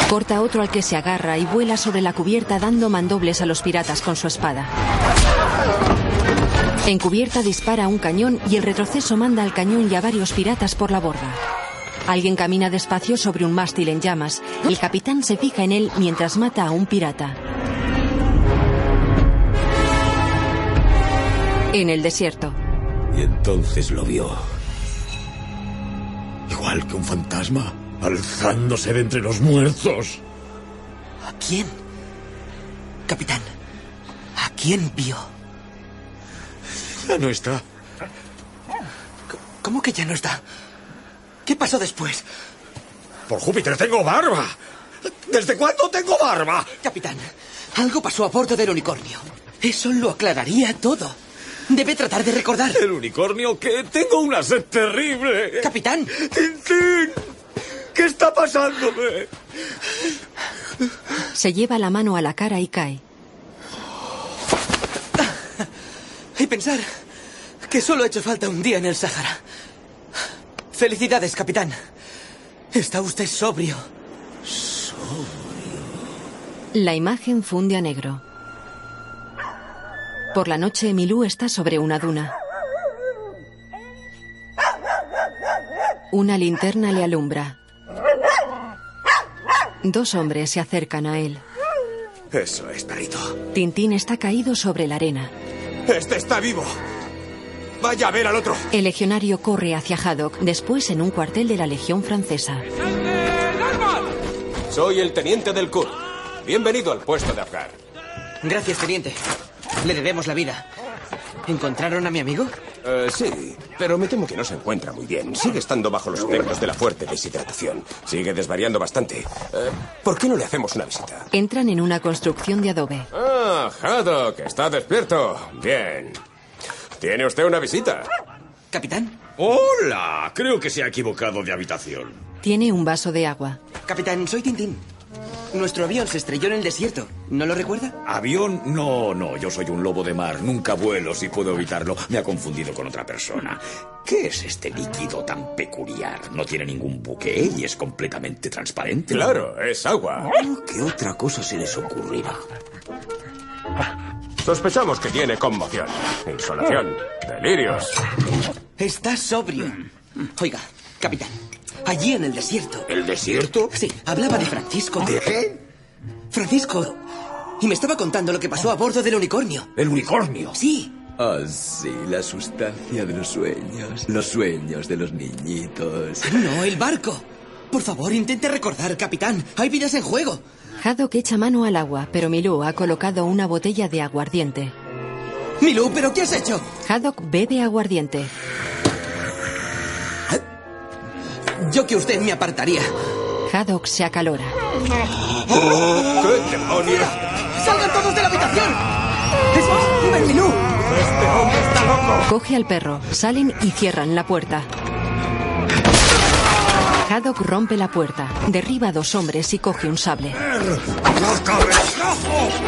[SPEAKER 2] Corta otro al que se agarra y vuela sobre la cubierta dando mandobles a los piratas con su espada. En cubierta dispara un cañón y el retroceso manda al cañón y a varios piratas por la borda. Alguien camina despacio sobre un mástil en llamas. El capitán se fija en él mientras mata a un pirata. En el desierto,
[SPEAKER 8] Y entonces lo vio. Igual que un fantasma, alzándose de entre los muertos.
[SPEAKER 5] ¿A quién? Capitán, ¿a quién vio?
[SPEAKER 14] Ya no está.
[SPEAKER 5] ¿Cómo que ya no está? ¿Qué pasó después?
[SPEAKER 8] Por Júpiter, tengo barba. ¿Desde cuándo tengo barba?
[SPEAKER 5] Capitán, algo pasó a bordo del unicornio. Eso lo aclararía todo. Debe tratar de recordar.
[SPEAKER 8] El unicornio que tengo una sed terrible.
[SPEAKER 5] Capitán.
[SPEAKER 8] Tintín. ¿Qué está pasándome?
[SPEAKER 2] Se lleva la mano a la cara y cae.
[SPEAKER 5] Y pensar que solo ha hecho falta un día en el Sáhara. Felicidades, capitán. Está usted sobrio.
[SPEAKER 2] La imagen funde a negro. Por la noche, Milú está sobre una duna. Una linterna le alumbra. Dos hombres se acercan a él.
[SPEAKER 8] Eso es, perrito.
[SPEAKER 2] Tintín está caído sobre la arena.
[SPEAKER 8] Este está vivo. Vaya a ver al otro.
[SPEAKER 2] El legionario corre hacia Haddock, después en un cuartel de la Legión Francesa.
[SPEAKER 26] Soy el teniente del CUR. Bienvenido al puesto de Afgar.
[SPEAKER 5] Gracias, teniente. Le debemos la vida. ¿Encontraron a mi amigo?
[SPEAKER 26] Eh, sí, pero me temo que no se encuentra muy bien. Sigue estando bajo los efectos de la fuerte deshidratación. Sigue desvariando bastante. Eh, ¿Por qué no le hacemos una visita?
[SPEAKER 2] Entran en una construcción de adobe.
[SPEAKER 26] Ah, Haddock, está despierto. Bien. Tiene usted una visita.
[SPEAKER 5] Capitán.
[SPEAKER 8] Hola, creo que se ha equivocado de habitación.
[SPEAKER 2] Tiene un vaso de agua.
[SPEAKER 5] Capitán, soy Tintín. Nuestro avión se estrelló en el desierto. ¿No lo recuerda?
[SPEAKER 8] ¿Avión? No, no, yo soy un lobo de mar. Nunca vuelo si puedo evitarlo. Me ha confundido con otra persona. ¿Qué es este líquido tan peculiar? No tiene ningún buque y es completamente transparente.
[SPEAKER 26] Claro, es agua.
[SPEAKER 8] ¿Qué otra cosa se les ocurrirá?
[SPEAKER 26] Sospechamos que tiene conmoción, insolación, delirios.
[SPEAKER 5] Está sobrio. Oiga, capitán. Allí en el desierto.
[SPEAKER 8] ¿El desierto?
[SPEAKER 5] Sí, hablaba de Francisco.
[SPEAKER 8] ¿De qué?
[SPEAKER 5] Francisco. Y me estaba contando lo que pasó a bordo del unicornio.
[SPEAKER 8] ¿El unicornio?
[SPEAKER 5] Sí.
[SPEAKER 27] Ah, sí, la sustancia de los sueños. Los sueños de los niñitos.
[SPEAKER 5] No, el barco. Por favor, intente recordar, capitán. Hay vidas en juego.
[SPEAKER 2] Haddock echa mano al agua, pero Milú ha colocado una botella de aguardiente.
[SPEAKER 5] Milú, ¿pero qué has hecho?
[SPEAKER 2] Haddock bebe aguardiente.
[SPEAKER 5] Yo que usted me apartaría.
[SPEAKER 2] Haddock se acalora.
[SPEAKER 26] ¿Qué demonios?
[SPEAKER 5] ¡Salgan todos de la habitación! ¡Eso es! ¡Ven, Milú!
[SPEAKER 26] Este hombre está loco.
[SPEAKER 2] Coge al perro, salen y cierran la puerta. Haddock rompe la puerta, derriba a dos hombres y coge un sable.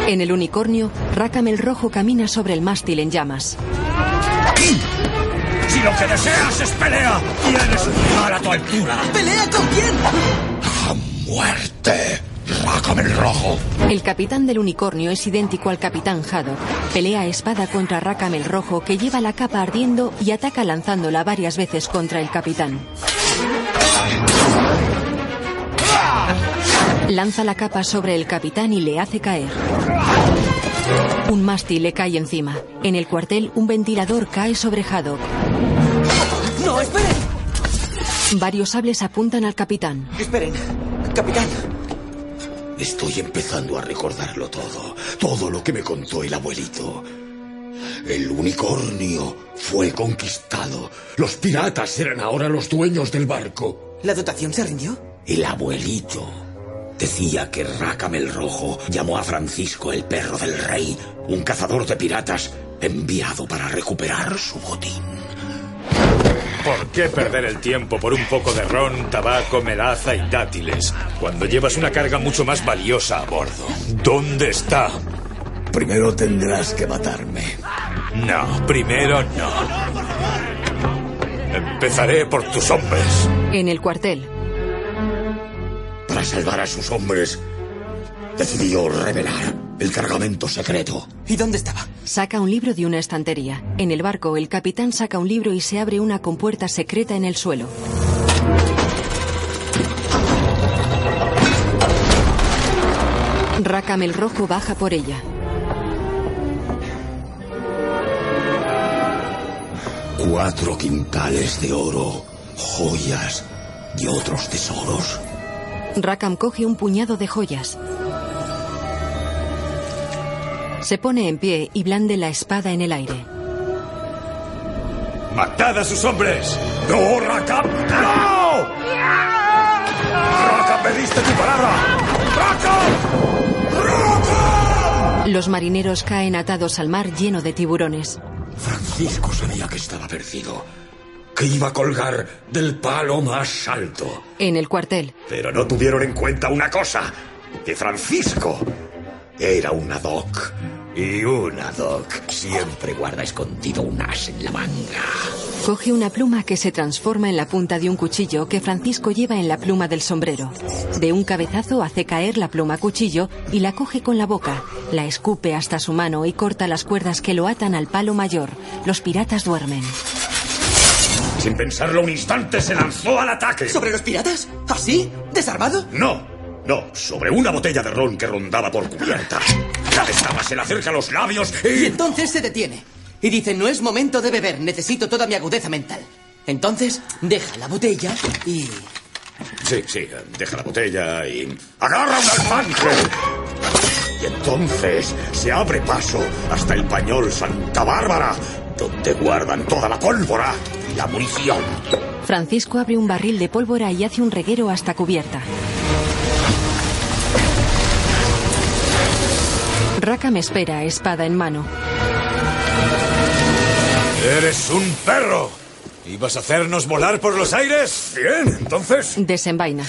[SPEAKER 2] En el unicornio, Rakam el Rojo camina sobre el mástil en llamas.
[SPEAKER 24] Si lo que deseas es pelea, tienes un lugar a tu altura.
[SPEAKER 5] ¿Pelea con quién?
[SPEAKER 24] ¡A muerte! Rácame el rojo.
[SPEAKER 2] El capitán del unicornio es idéntico al capitán Haddock. Pelea a espada contra Rakam el Rojo, que lleva la capa ardiendo y ataca lanzándola varias veces contra el capitán. Lanza la capa sobre el capitán y le hace caer. Un mástil le cae encima. En el cuartel, un ventilador cae sobre Haddock.
[SPEAKER 5] ¡No, esperen!
[SPEAKER 2] Varios sables apuntan al capitán.
[SPEAKER 5] Esperen, capitán.
[SPEAKER 8] Estoy empezando a recordarlo todo. Todo lo que me contó el abuelito. El unicornio fue conquistado. Los piratas eran ahora los dueños del barco.
[SPEAKER 5] ¿La dotación se rindió?
[SPEAKER 8] El abuelito decía que Rácame el Rojo llamó a Francisco el perro del rey, un cazador de piratas enviado para recuperar su botín.
[SPEAKER 26] ¿Por qué perder el tiempo por un poco de ron, tabaco, melaza y dátiles cuando llevas una carga mucho más valiosa a bordo? ¿Dónde está?
[SPEAKER 8] Primero tendrás que matarme.
[SPEAKER 26] No, primero no. Empezaré por tus hombres.
[SPEAKER 2] En el cuartel,
[SPEAKER 8] Para salvar a sus hombres, decidió revelar el cargamento secreto.
[SPEAKER 5] ¿Y dónde estaba?
[SPEAKER 2] saca un libro de una estantería. En el barco, el capitán saca un libro y se abre una compuerta secreta en el suelo. Rakam el Rojo baja por ella.
[SPEAKER 8] Cuatro quintales de oro, Oh, joyas y otros tesoros.
[SPEAKER 2] Rakam coge un puñado de joyas. Se pone en pie y blande la espada en el aire.
[SPEAKER 26] ¡Matad a sus hombres!
[SPEAKER 24] ¡No, Rakam! ¡No! ¡Rakam, me diste tu palabra! ¡Rakam! ¡Rakam!
[SPEAKER 2] Los marineros caen atados al mar lleno de tiburones.
[SPEAKER 8] Francisco. circo sabía que estaba perdido. Que iba a colgar del palo más alto.
[SPEAKER 2] En el cuartel,
[SPEAKER 8] Pero no tuvieron en cuenta una cosa, que Francisco era un adoc. Y un adoc siempre guarda escondido un as en la manga.
[SPEAKER 2] coge una pluma que se transforma en la punta de un cuchillo que Francisco lleva en la pluma del sombrero. De un cabezazo hace caer la pluma cuchillo y la coge con la boca, la escupe hasta su mano y corta las cuerdas que lo atan al palo mayor. Los piratas duermen.
[SPEAKER 8] Sin pensarlo un instante se lanzó al ataque.
[SPEAKER 5] ¿Sobre los piratas? ¿Así? ¿Desarmado?
[SPEAKER 8] No, no, sobre una botella de ron que rondaba por cubierta. La destapa, se le acerca a los labios
[SPEAKER 5] Y
[SPEAKER 8] y...
[SPEAKER 5] entonces se detiene. Y dice, no es momento de beber, necesito toda mi agudeza mental. Entonces, deja la botella y...
[SPEAKER 8] Sí, sí, deja la botella y... ¡Agarra un alfanje! Y entonces se abre paso hasta el pañol Santa Bárbara, donde guardan toda la pólvora y la munición.
[SPEAKER 2] Francisco abre un barril de pólvora y hace un reguero hasta cubierta. Rackham espera, espada en mano.
[SPEAKER 26] ¡Eres un perro! ¿Ibas a hacernos volar por los aires? Bien, entonces,
[SPEAKER 2] Desenvaina.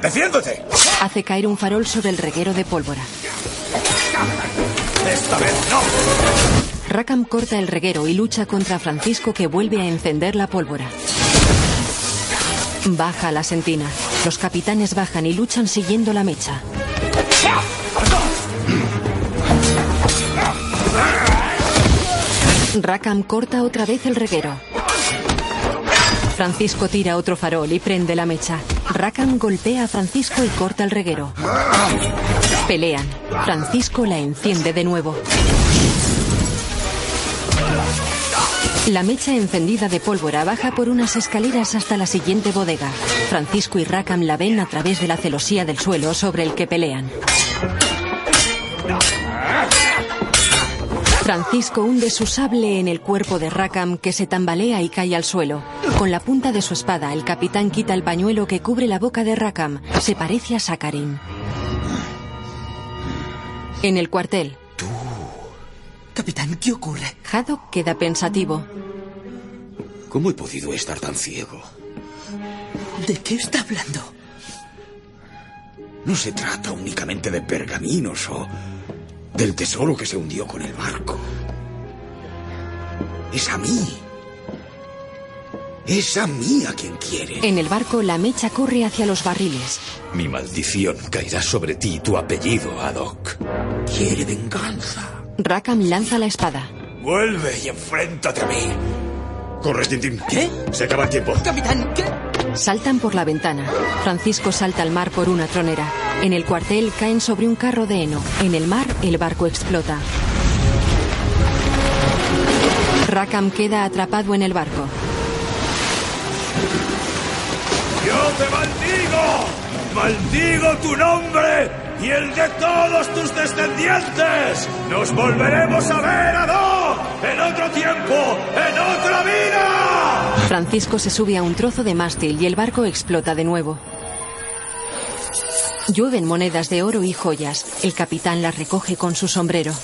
[SPEAKER 26] defiéndete.
[SPEAKER 2] Hace caer un farol sobre el reguero de pólvora.
[SPEAKER 26] Esta vez no.
[SPEAKER 2] Rackham corta el reguero y lucha contra Francisco que vuelve a encender la pólvora. Baja la sentina. Los capitanes bajan y luchan siguiendo la mecha. Rackham corta otra vez el reguero. Francisco tira otro farol y prende la mecha. Rackham golpea a Francisco y corta el reguero. Pelean. Francisco la enciende de nuevo. La mecha encendida de pólvora baja por unas escaleras hasta la siguiente bodega. Francisco y Rackham la ven a través de la celosía del suelo sobre el que pelean. Francisco hunde su sable en el cuerpo de Rackham que se tambalea y cae al suelo. Con la punta de su espada, el capitán quita el pañuelo que cubre la boca de Rackham. Se parece a Sakarin. En el cuartel,
[SPEAKER 5] Capitán, ¿qué ocurre?
[SPEAKER 2] Haddock queda pensativo.
[SPEAKER 8] ¿Cómo he podido estar tan ciego?
[SPEAKER 5] ¿De qué está hablando?
[SPEAKER 8] No se trata únicamente de pergaminos o oh, del tesoro que se hundió con el barco. Es a mí. Es a mí a quien quiere.
[SPEAKER 2] En el barco, la mecha corre hacia los barriles.
[SPEAKER 26] Mi maldición caerá sobre ti y tu apellido, Adoc.
[SPEAKER 8] Quiere venganza.
[SPEAKER 2] Rackham lanza la espada.
[SPEAKER 8] Vuelve y enfréntate a mí. Corre, Tintín.
[SPEAKER 5] ¿Qué?
[SPEAKER 8] Se acaba el tiempo.
[SPEAKER 5] Capitán, ¿qué?
[SPEAKER 2] Saltan por la ventana. Francisco salta al mar por una tronera. En el cuartel caen sobre un carro de heno. En el mar, el barco explota. Rackham queda atrapado en el barco.
[SPEAKER 26] ¡Yo te maldigo! ¡Maldigo tu nombre y el de todos tus descendientes! ¡Nos volveremos a ver, Adoc! ¡En otro tiempo! ¡En otra vida!
[SPEAKER 2] Francisco se sube a un trozo de mástil y el barco explota de nuevo. Llueven monedas de oro y joyas. El capitán las recoge con su sombrero.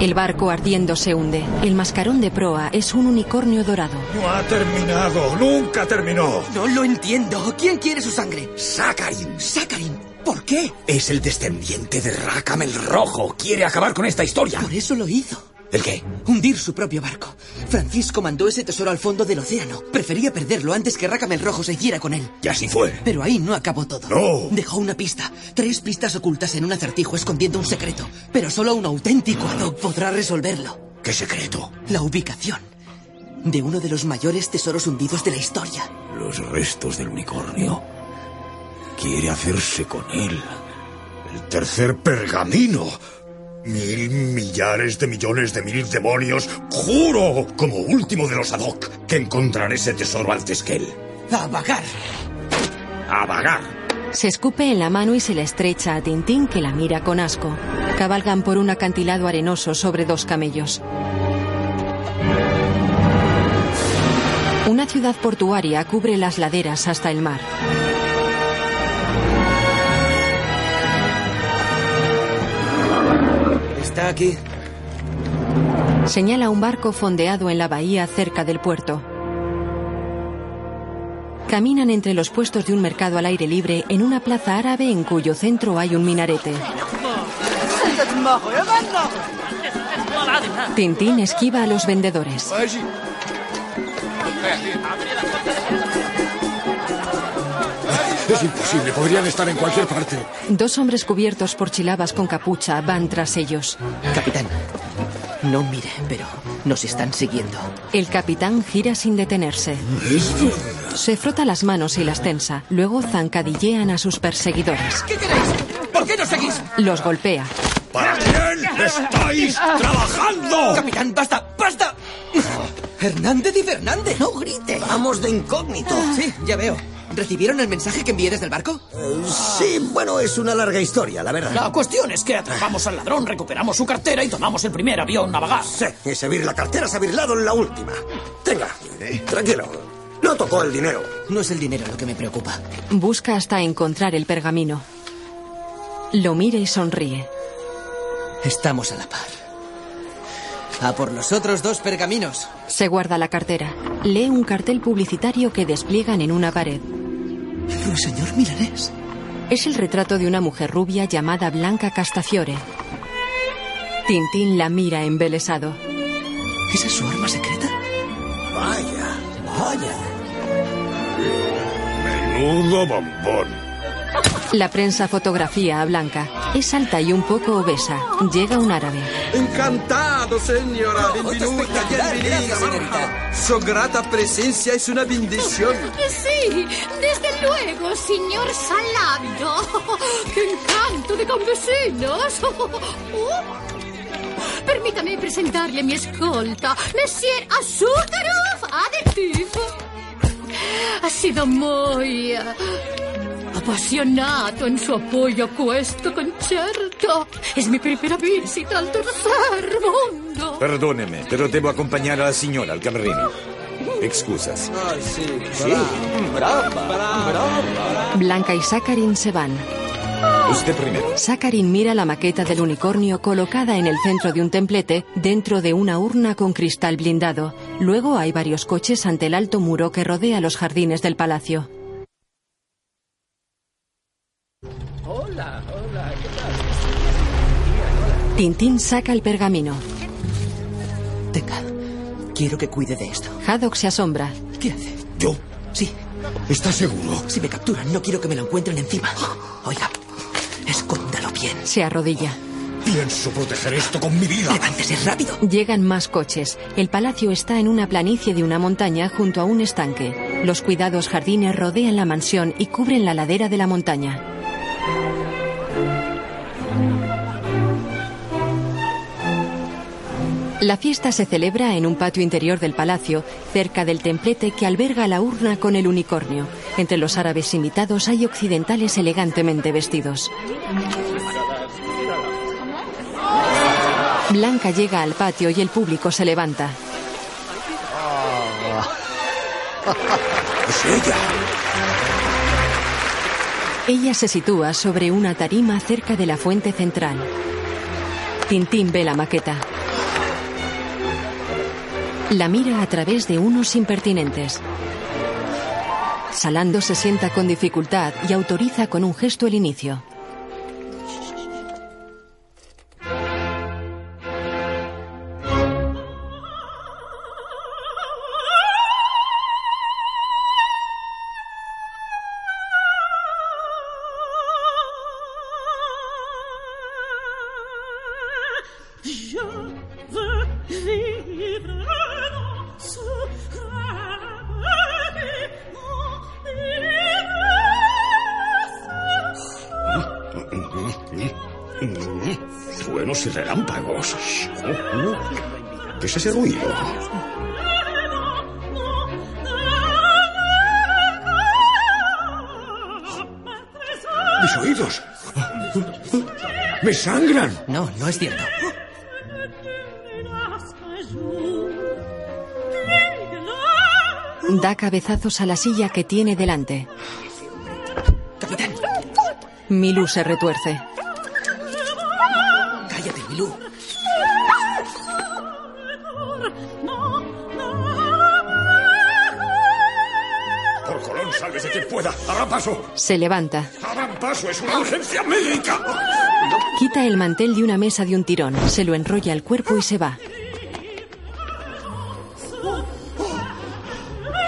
[SPEAKER 2] El barco ardiendo se hunde. El mascarón de proa es un unicornio dorado.
[SPEAKER 24] No ha terminado, nunca terminó.
[SPEAKER 5] No lo entiendo. ¿Quién quiere su sangre?
[SPEAKER 8] Sakarin.
[SPEAKER 5] Sakarin. ¿Por qué?
[SPEAKER 8] Es el descendiente de Rakam el Rojo. Quiere acabar con esta historia.
[SPEAKER 5] Por eso lo hizo.
[SPEAKER 8] ¿El qué?
[SPEAKER 5] Hundir su propio barco. Francisco mandó ese tesoro al fondo del océano. Prefería perderlo antes que Rackham el Rojo se hiciera con él.
[SPEAKER 8] Y así fue.
[SPEAKER 5] Pero ahí no acabó todo.
[SPEAKER 8] No.
[SPEAKER 5] Dejó una pista. Tres pistas ocultas en un acertijo escondiendo un secreto. Pero solo un auténtico Adoc podrá resolverlo.
[SPEAKER 8] ¿Qué secreto?
[SPEAKER 5] La ubicación de uno de los mayores tesoros hundidos de la historia.
[SPEAKER 8] Los restos del unicornio. Quiere hacerse con él. El tercer pergamino. Mil millares de millones de mil demonios. Juro, como último de los Adoc, que encontraré ese tesoro antes que él.
[SPEAKER 5] ¡A vagar!
[SPEAKER 8] A vagar.
[SPEAKER 2] Se escupe en la mano y se la estrecha a Tintín que la mira con asco. Cabalgan por un acantilado arenoso sobre dos camellos. Una ciudad portuaria cubre las laderas hasta el mar.
[SPEAKER 25] Está aquí.
[SPEAKER 2] Señala un barco fondeado en la bahía cerca del puerto. Caminan entre los puestos de un mercado al aire libre en una plaza árabe en cuyo centro hay un minarete. Tintín esquiva a los vendedores.
[SPEAKER 14] Es imposible, podrían estar en cualquier parte.
[SPEAKER 2] Dos hombres cubiertos por chilabas con capucha van tras ellos.
[SPEAKER 5] Capitán, no mire, pero nos están siguiendo.
[SPEAKER 2] El capitán gira sin detenerse. Se frota las manos y las tensa. Luego zancadillean a sus perseguidores.
[SPEAKER 10] ¿Qué queréis? ¿Por qué no seguís?
[SPEAKER 2] Los golpea.
[SPEAKER 24] ¿Para quién estáis
[SPEAKER 5] Oh.
[SPEAKER 24] trabajando?
[SPEAKER 10] Capitán, basta, basta. Hernández y Fernández, no grite. Vamos de incógnito.
[SPEAKER 5] Ah.
[SPEAKER 10] Sí, ya veo. ¿Recibieron el mensaje que envié desde el barco?
[SPEAKER 4] Sí, bueno, es una larga historia, la verdad.
[SPEAKER 25] La cuestión es que atrapamos al ladrón, recuperamos su cartera y tomamos el primer avión a vagar.
[SPEAKER 4] Sí, y se vir la cartera se ha virlado en la última. Tenga, tranquilo. No tocó el dinero.
[SPEAKER 5] No es el dinero lo que me preocupa.
[SPEAKER 2] Busca hasta encontrar el pergamino. Lo mira y sonríe.
[SPEAKER 5] Estamos a la par. A por los otros dos pergaminos.
[SPEAKER 2] Se guarda la cartera. Lee un cartel publicitario que despliegan en una pared.
[SPEAKER 5] Ruiseñor Milanés.
[SPEAKER 2] Es el retrato de una mujer rubia llamada Blanca Castafiore. Tintín la mira embelesado.
[SPEAKER 5] ¿Esa es su arma secreta?
[SPEAKER 4] Vaya, vaya.
[SPEAKER 24] Menudo bombón.
[SPEAKER 2] La prensa fotografía a Blanca. Es alta y un poco obesa. Llega un árabe.
[SPEAKER 28] Encantado, señora. Bienvenida, bienvenida. Su grata presencia es una bendición.
[SPEAKER 11] Eh, Sí, desde luego, señor Salabio. <laughs> ¡Qué encanto de <laughs> convecinos! Permítame presentarle a mi escolta, Monsieur Azúcarov Adictiv. Ha sido muy eh, apasionato en su apoyo a questo concierto. Es mi primera visita al tercer mundo.
[SPEAKER 29] Perdóneme, pero debo acompañar a la señora al camerino. Excusas.
[SPEAKER 28] Ah, sí.
[SPEAKER 25] brava,
[SPEAKER 2] Blanca y Sakarin se van.
[SPEAKER 29] Usted primero.
[SPEAKER 2] Sakarin mira la maqueta del unicornio colocada en el centro de un templete dentro de una urna con cristal blindado. Luego hay varios coches ante el alto muro que rodea los jardines del palacio.
[SPEAKER 10] Hola, hola, ¿qué tal?
[SPEAKER 2] Tintín saca el pergamino.
[SPEAKER 5] Quiero que cuide de esto.
[SPEAKER 2] Haddock se asombra.
[SPEAKER 5] ¿Qué hace?
[SPEAKER 2] ¿Yo?
[SPEAKER 5] Sí.
[SPEAKER 14] ¿Estás seguro?
[SPEAKER 5] Si me capturan, no quiero que me lo encuentren encima. Oiga, escóndalo bien.
[SPEAKER 2] Se arrodilla.
[SPEAKER 14] Pienso proteger esto con mi vida.
[SPEAKER 5] Levántese rápido.
[SPEAKER 2] Llegan más coches. El palacio está en una planicie de una montaña junto a un estanque. Los cuidados jardines rodean la mansión y cubren la ladera de la montaña. La fiesta se celebra en un patio interior del palacio, cerca del templete que alberga la urna con el unicornio. Entre los árabes invitados hay occidentales elegantemente vestidos. Blanca llega al patio y el público se levanta.
[SPEAKER 14] <laughs> Es ella.
[SPEAKER 2] Ella se sitúa sobre una tarima cerca de la fuente central. Tintín ve la maqueta. La mira a través de unos impertinentes. Salando se sienta con dificultad y autoriza con un gesto el inicio.
[SPEAKER 11] Je veux vivre sous
[SPEAKER 14] Truenos y relámpagos. ¿Qué es ese ruido? Mis oídos. Me sangran.
[SPEAKER 5] No, no es cierto.
[SPEAKER 2] Da cabezazos a la silla que tiene delante. Milú se retuerce.
[SPEAKER 5] Cállate, Milú.
[SPEAKER 8] Por Colón, sálvese quien pueda. Habrá paso.
[SPEAKER 2] Se levanta.
[SPEAKER 8] Habrán paso. Es una urgencia médica.
[SPEAKER 2] Quita el mantel de una mesa de un tirón. Se lo enrolla al cuerpo y se va.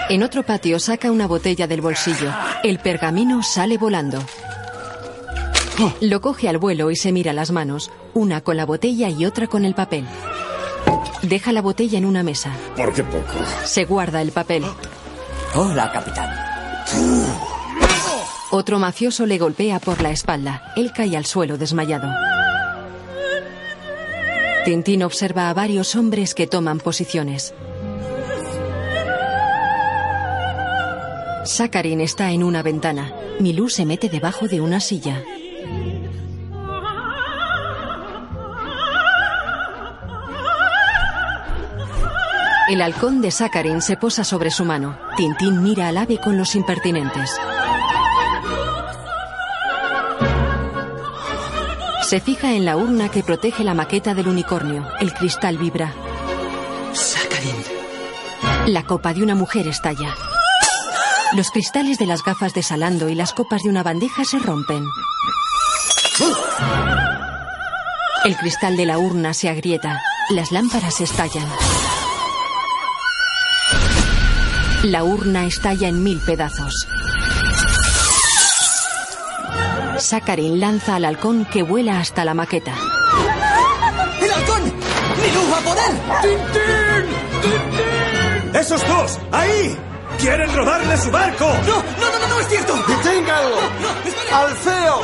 [SPEAKER 2] En otro patio saca una botella del bolsillo. El pergamino sale volando. Lo coge al vuelo y se mira las manos, una con la botella y otra con el papel. Deja la botella en una mesa.
[SPEAKER 8] ¿Por qué poco?
[SPEAKER 2] Se guarda el papel.
[SPEAKER 5] Hola, capitán.
[SPEAKER 2] Otro mafioso le golpea por la espalda. Él cae al suelo desmayado. Tintín observa a varios hombres que toman posiciones. Sakarin está en una ventana. Milú se mete debajo de una silla. El halcón de Sakarin se posa sobre su mano. Tintín mira al ave con los impertinentes. Se fija en la urna que protege la maqueta del unicornio. El cristal vibra.
[SPEAKER 30] Sakarin.
[SPEAKER 2] La copa de una mujer estalla. Los cristales de las gafas de Salando y las copas de una bandeja se rompen. El cristal de la urna se agrieta. Las lámparas estallan. La urna estalla en mil pedazos. Sakarin lanza al halcón que vuela hasta la maqueta.
[SPEAKER 5] ¡El halcón! ¡Milú va por él!
[SPEAKER 31] ¡Tintín! ¡Tintín! ¡Esos dos! ¡Ahí! ¡Quieren robarle su barco!
[SPEAKER 5] ¡No, no, no, no, no es cierto!
[SPEAKER 7] ¡Deténgalo! ¡Alfeo!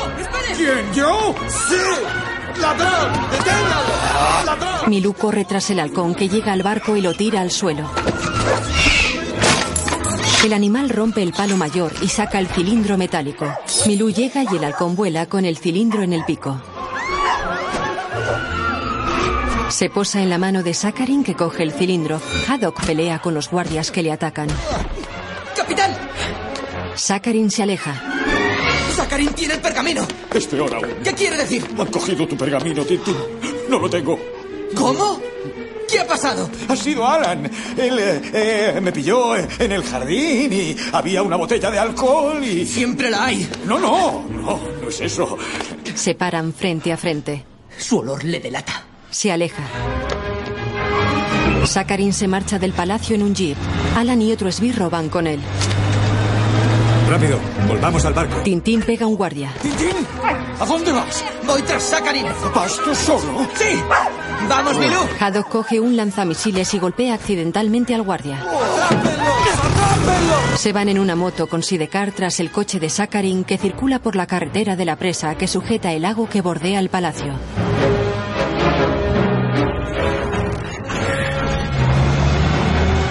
[SPEAKER 8] ¿Quién, yo?
[SPEAKER 7] ¡Sí! ¡Ladrón! ¡Deténgalo! ¡Ladrón!
[SPEAKER 2] Milú corre tras el halcón que llega al barco y lo tira al suelo. El animal rompe el palo mayor y saca el cilindro metálico. Milú llega y el halcón vuela con el cilindro en el pico. Se posa en la mano de Sakarin que coge el cilindro. Haddock pelea con los guardias que le atacan.
[SPEAKER 5] ¡Capitán!
[SPEAKER 2] Sakarin se aleja.
[SPEAKER 5] ¡Sakarin tiene el pergamino!
[SPEAKER 8] Es peor aún.
[SPEAKER 5] ¿Qué quiere decir?
[SPEAKER 8] Han cogido tu pergamino, Tintín. No lo tengo.
[SPEAKER 5] ¿Cómo? ¿Qué ha pasado?
[SPEAKER 8] Ha sido Alan. Él eh, eh, me pilló eh, en el jardín y había una botella de alcohol y...
[SPEAKER 5] Siempre la hay.
[SPEAKER 8] No, no, no, no es eso.
[SPEAKER 2] Se paran frente a frente.
[SPEAKER 5] Su olor le delata.
[SPEAKER 2] Se aleja. Sakarin se marcha del palacio en un jeep. Alan y otro esbirro van con él.
[SPEAKER 8] Rápido, volvamos al barco.
[SPEAKER 2] Tintín pega a un guardia.
[SPEAKER 8] ¿Tintín? ¿A dónde vas?
[SPEAKER 5] Voy tras Sakarin.
[SPEAKER 8] ¿Vas tú solo?
[SPEAKER 5] ¡Sí! ¡Vamos, Milú!
[SPEAKER 2] Haddock coge un lanzamisiles y golpea accidentalmente al guardia. Se van en una moto con Sidecar tras el coche de Sakarin que circula por la carretera de la presa que sujeta el lago que bordea el palacio.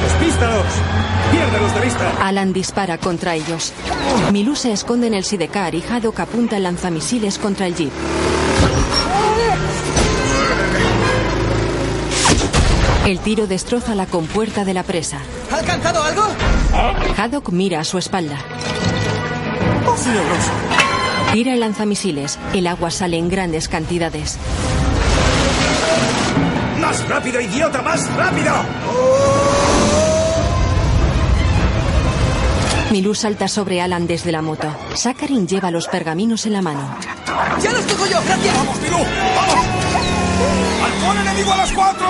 [SPEAKER 8] ¡Despístalos! ¡Piérdelos de vista!
[SPEAKER 2] Alan dispara contra ellos. Milú se esconde en el Sidecar y Haddock apunta el lanzamisiles contra el jeep. El tiro destroza la compuerta de la presa.
[SPEAKER 5] ¿Ha alcanzado algo?
[SPEAKER 2] Haddock mira a su espalda.
[SPEAKER 8] ¡Oh, cielos!
[SPEAKER 2] Tira el lanzamisiles. El agua sale en grandes cantidades.
[SPEAKER 8] ¡Más rápido, idiota! ¡Más rápido!
[SPEAKER 2] Milú salta sobre Alan desde la moto. Sakarin lleva los pergaminos en la mano.
[SPEAKER 5] ¡Ya los tengo yo! ¡Gracias!
[SPEAKER 8] ¡Vamos, Milú! ¡Vamos! ¡Halcón enemigo a las cuatro!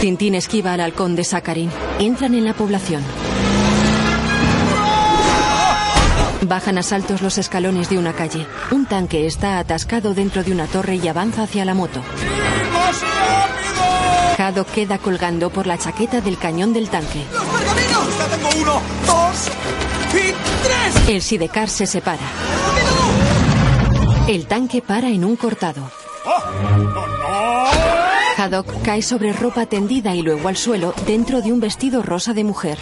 [SPEAKER 2] Tintín esquiva al halcón de Sakarin. Entran en la población. Bajan a saltos los escalones de una calle. Un tanque está atascado dentro de una torre y avanza hacia la moto.
[SPEAKER 8] ¡Más rápido!
[SPEAKER 2] Haddock queda colgando por la chaqueta del cañón del tanque.
[SPEAKER 5] ¡Los pergaminos!
[SPEAKER 8] ¡Ya tengo uno, dos y tres!
[SPEAKER 2] El sidecar se separa. El tanque para en un cortado.
[SPEAKER 8] ¡Oh! ¡No, no!
[SPEAKER 2] Haddock cae sobre ropa tendida y luego al suelo dentro de un vestido rosa de mujer.